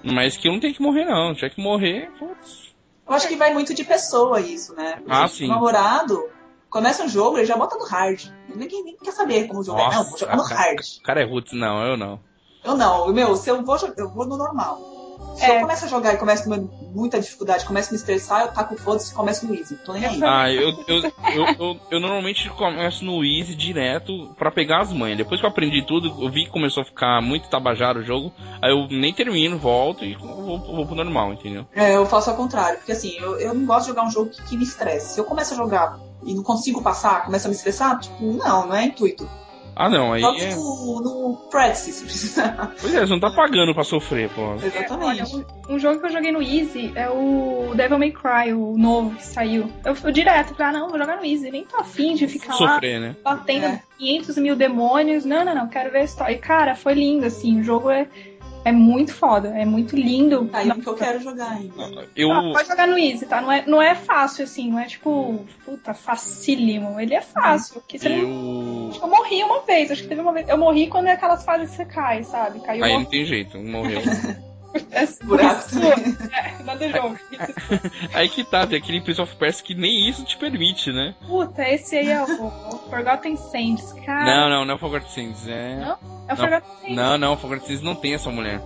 Mas que eu não tenho que morrer, não. Se tiver que morrer, putz. Eu acho que vai muito de pessoa isso, né? Por Ah, exemplo, sim. O namorado começa um jogo, ele já bota no hard. Ninguém, ninguém quer saber como jogar. Não, vou jogar no ca- hard. ca- cara é roots, não, eu não. Eu não, meu, se eu vou, jo- eu vou no normal. Se É. eu começo a jogar e começo com muita dificuldade, começo a me estressar, eu taco foda-se e começo no easy. Tô nem aí. Ah, eu, eu, eu, eu, eu normalmente começo no Easy direto pra pegar as mães. Depois que eu aprendi tudo, eu vi que começou a ficar muito tabajaro o jogo. Aí eu nem termino, volto e vou, vou pro normal, entendeu? É, eu faço ao contrário, porque assim, eu, eu não gosto de jogar um jogo que, que me estresse. Se eu começo a jogar e não consigo passar, começo a me estressar, tipo, não, não é intuito. Ah, não, aí. Só é- no, no practice, se precisar. Pois é, você não tá pagando pra sofrer, pô. Olha, Exatamente. um, um jogo que eu joguei no Easy é o Devil May Cry, o novo que saiu. Eu fui direto, falei, ah, não, vou jogar no Easy, nem tô afim de ficar lá Sofrer, né? batendo É. 500 mil demônios. Não, não, não, quero ver a história. E, cara, foi lindo, assim, o jogo é, é muito foda, é muito lindo. Tá aí Não- o que eu quero jogar ainda. Eu. Ah, pode jogar no Easy, tá? Não é, não é fácil, assim, não é tipo, puta, facílimo. Ele é fácil, que você não... Eu. Acho que eu morri uma vez, acho que teve uma vez. Eu morri quando é aquelas fases que você cai, sabe? Caiu Aí uma... não tem jeito, morreu. é, Buraco também. assim. nada jogo. aí que tá, tem aquele Prince of Persia que nem isso te permite, né? Puta, esse aí é o Forgotten Sands, cara. Não, não, não é o Forgotten Sins. É... é o Forgotten Sands. Não, não, Forgotten Saints não tem essa mulher.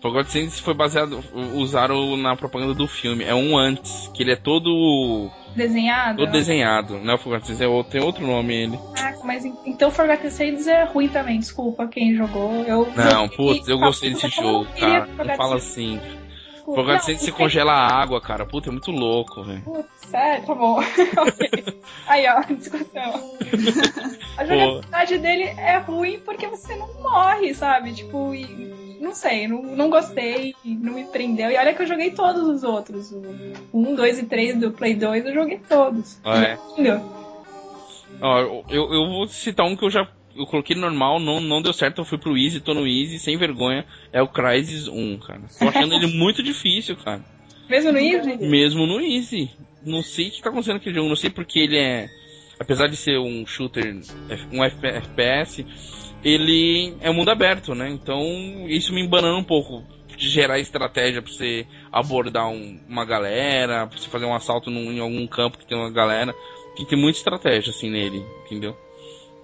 Forgotten Saints foi baseado, usaram na propaganda do filme. É um antes, que ele é todo, Desenhado? um todo desenhado. Não é o Forgotten Saints, é outro, tem outro nome ele. Caraca, mas en- então Forgotten Sands é ruim também, desculpa quem jogou. Eu Não, joguei- putz, eu gostei desse Como eu jogo, queria cara. Não Forgotten fala Sands, assim. desculpa. Forgotten Não, Saints não se sei. congela a água, cara. Puta, é muito louco, velho. Putz, sério, tá bom. Ok. Aí, ó, discussão. A jogabilidade dele é ruim porque você não morre, sabe? Tipo, e- não sei, não, não gostei, não me prendeu. E olha que eu joguei todos os outros. O 1, 2 e 3 do Play 2, eu joguei todos. Ah, é. Lindo. Ó, eu, eu vou citar um que eu já eu coloquei no normal, não, não deu certo, eu fui pro Easy, tô no Easy, sem vergonha. É o Crysis 1, cara. Tô achando ele muito difícil, cara. Mesmo no Nunca Easy? joguei. Mesmo no Easy. Não sei o que tá acontecendo com aquele jogo, não sei porque ele é. apesar de ser um shooter, um FPS, ele é um mundo aberto, né? Então isso me embanana um pouco de gerar estratégia pra você abordar um- uma galera, pra você fazer um assalto num- em algum campo que tem uma galera. Que tem muita estratégia, assim, nele, entendeu?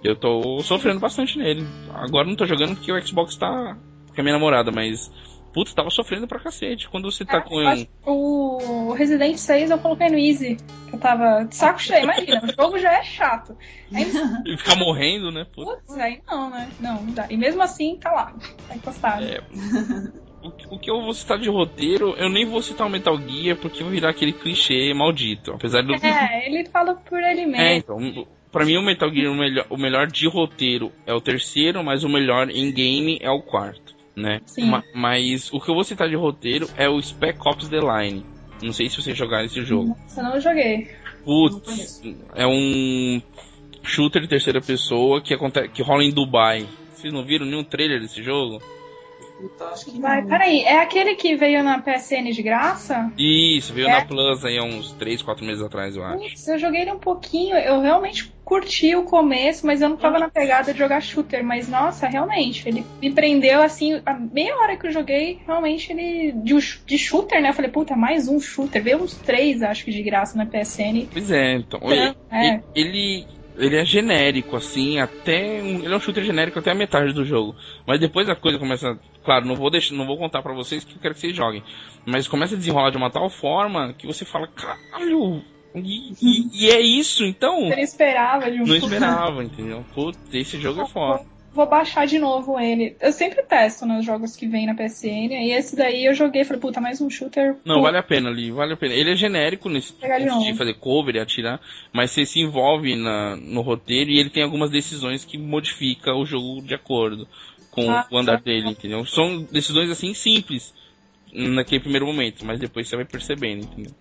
Eu tô sofrendo bastante nele. Agora não tô jogando porque o Xbox tá com a minha namorada, mas. Putz, tava sofrendo pra cacete. Quando você tá com. É, Eu acho que O Resident 6 eu coloquei no Easy. que Eu tava de saco cheio, imagina. o jogo já é chato. E ficar morrendo, né? Putz. Putz, aí não, né? Não, não dá. E mesmo assim, tá lá. Tá encostado. É. O que- O que eu vou citar de roteiro, eu nem vou citar o Metal Gear, porque eu vou virar aquele clichê maldito. Apesar do. É, né? ele fala por ele É, mesmo. então. Pra mim, o Metal Gear, o melhor, o melhor de roteiro é o terceiro, mas o melhor em game é o quarto, né? Sim. Ma- mas o que eu vou citar de roteiro é o Spec Ops The Line. Não sei se vocês jogaram esse jogo. Nossa, não joguei. Não Putz, conheço. é um shooter de terceira pessoa que, aconte- que rola em Dubai. Vocês não viram nenhum trailer desse jogo? Puta, Então, acho que Vai, não. peraí. É aquele que veio na PSN de graça? Isso, veio É. na Plus aí há uns 3, 4 meses atrás, eu acho. Putz, eu joguei ele um pouquinho. Eu realmente curti o começo, mas eu não tava na pegada de jogar shooter. Mas nossa, realmente, ele me prendeu assim. A meia hora que eu joguei, realmente ele. De, um sh- de shooter, né? Eu falei, puta, mais um shooter. Veio uns três, acho que, de graça na PSN. Pois é, então. É. ele- Ele, ele é genérico, assim, até. um- ele é um shooter genérico até a metade do jogo. Mas depois a coisa começa. Claro, não vou deixar, não vou contar pra vocês que eu quero que vocês joguem. Mas começa a desenrolar de uma tal forma que você fala, caralho! E, e- e é isso, então? Eu não esperava de um Não shooter. então esperava, entendeu? Putz, esse jogo é foda. Vou baixar de novo ele. Eu sempre testo nos jogos que vem na PSN. E esse daí eu joguei e falei, puta, mais um shooter. Não, vale a pena ali, vale a pena. Ele é genérico nesse Pegar de tipo de novo. fazer cover e atirar, mas você se envolve na- no roteiro e ele tem algumas decisões que modifica o jogo de acordo com Ah, o andar tá. dele, entendeu? São decisões assim simples naquele primeiro momento, mas depois você vai percebendo, entendeu?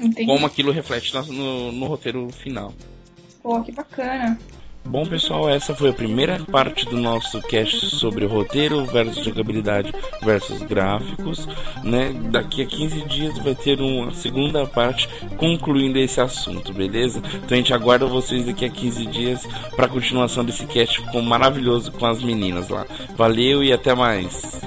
Entendi. Como aquilo reflete na- no, no roteiro final. Pô, que bacana. Bom, pessoal, essa foi a primeira parte do nosso cast sobre roteiro versus jogabilidade versus gráficos. Né? Daqui a 15 dias vai ter uma segunda parte concluindo esse assunto, beleza? Então a gente aguarda vocês daqui a 15 dias para a continuação desse cast com maravilhoso com as meninas lá. Valeu e até mais!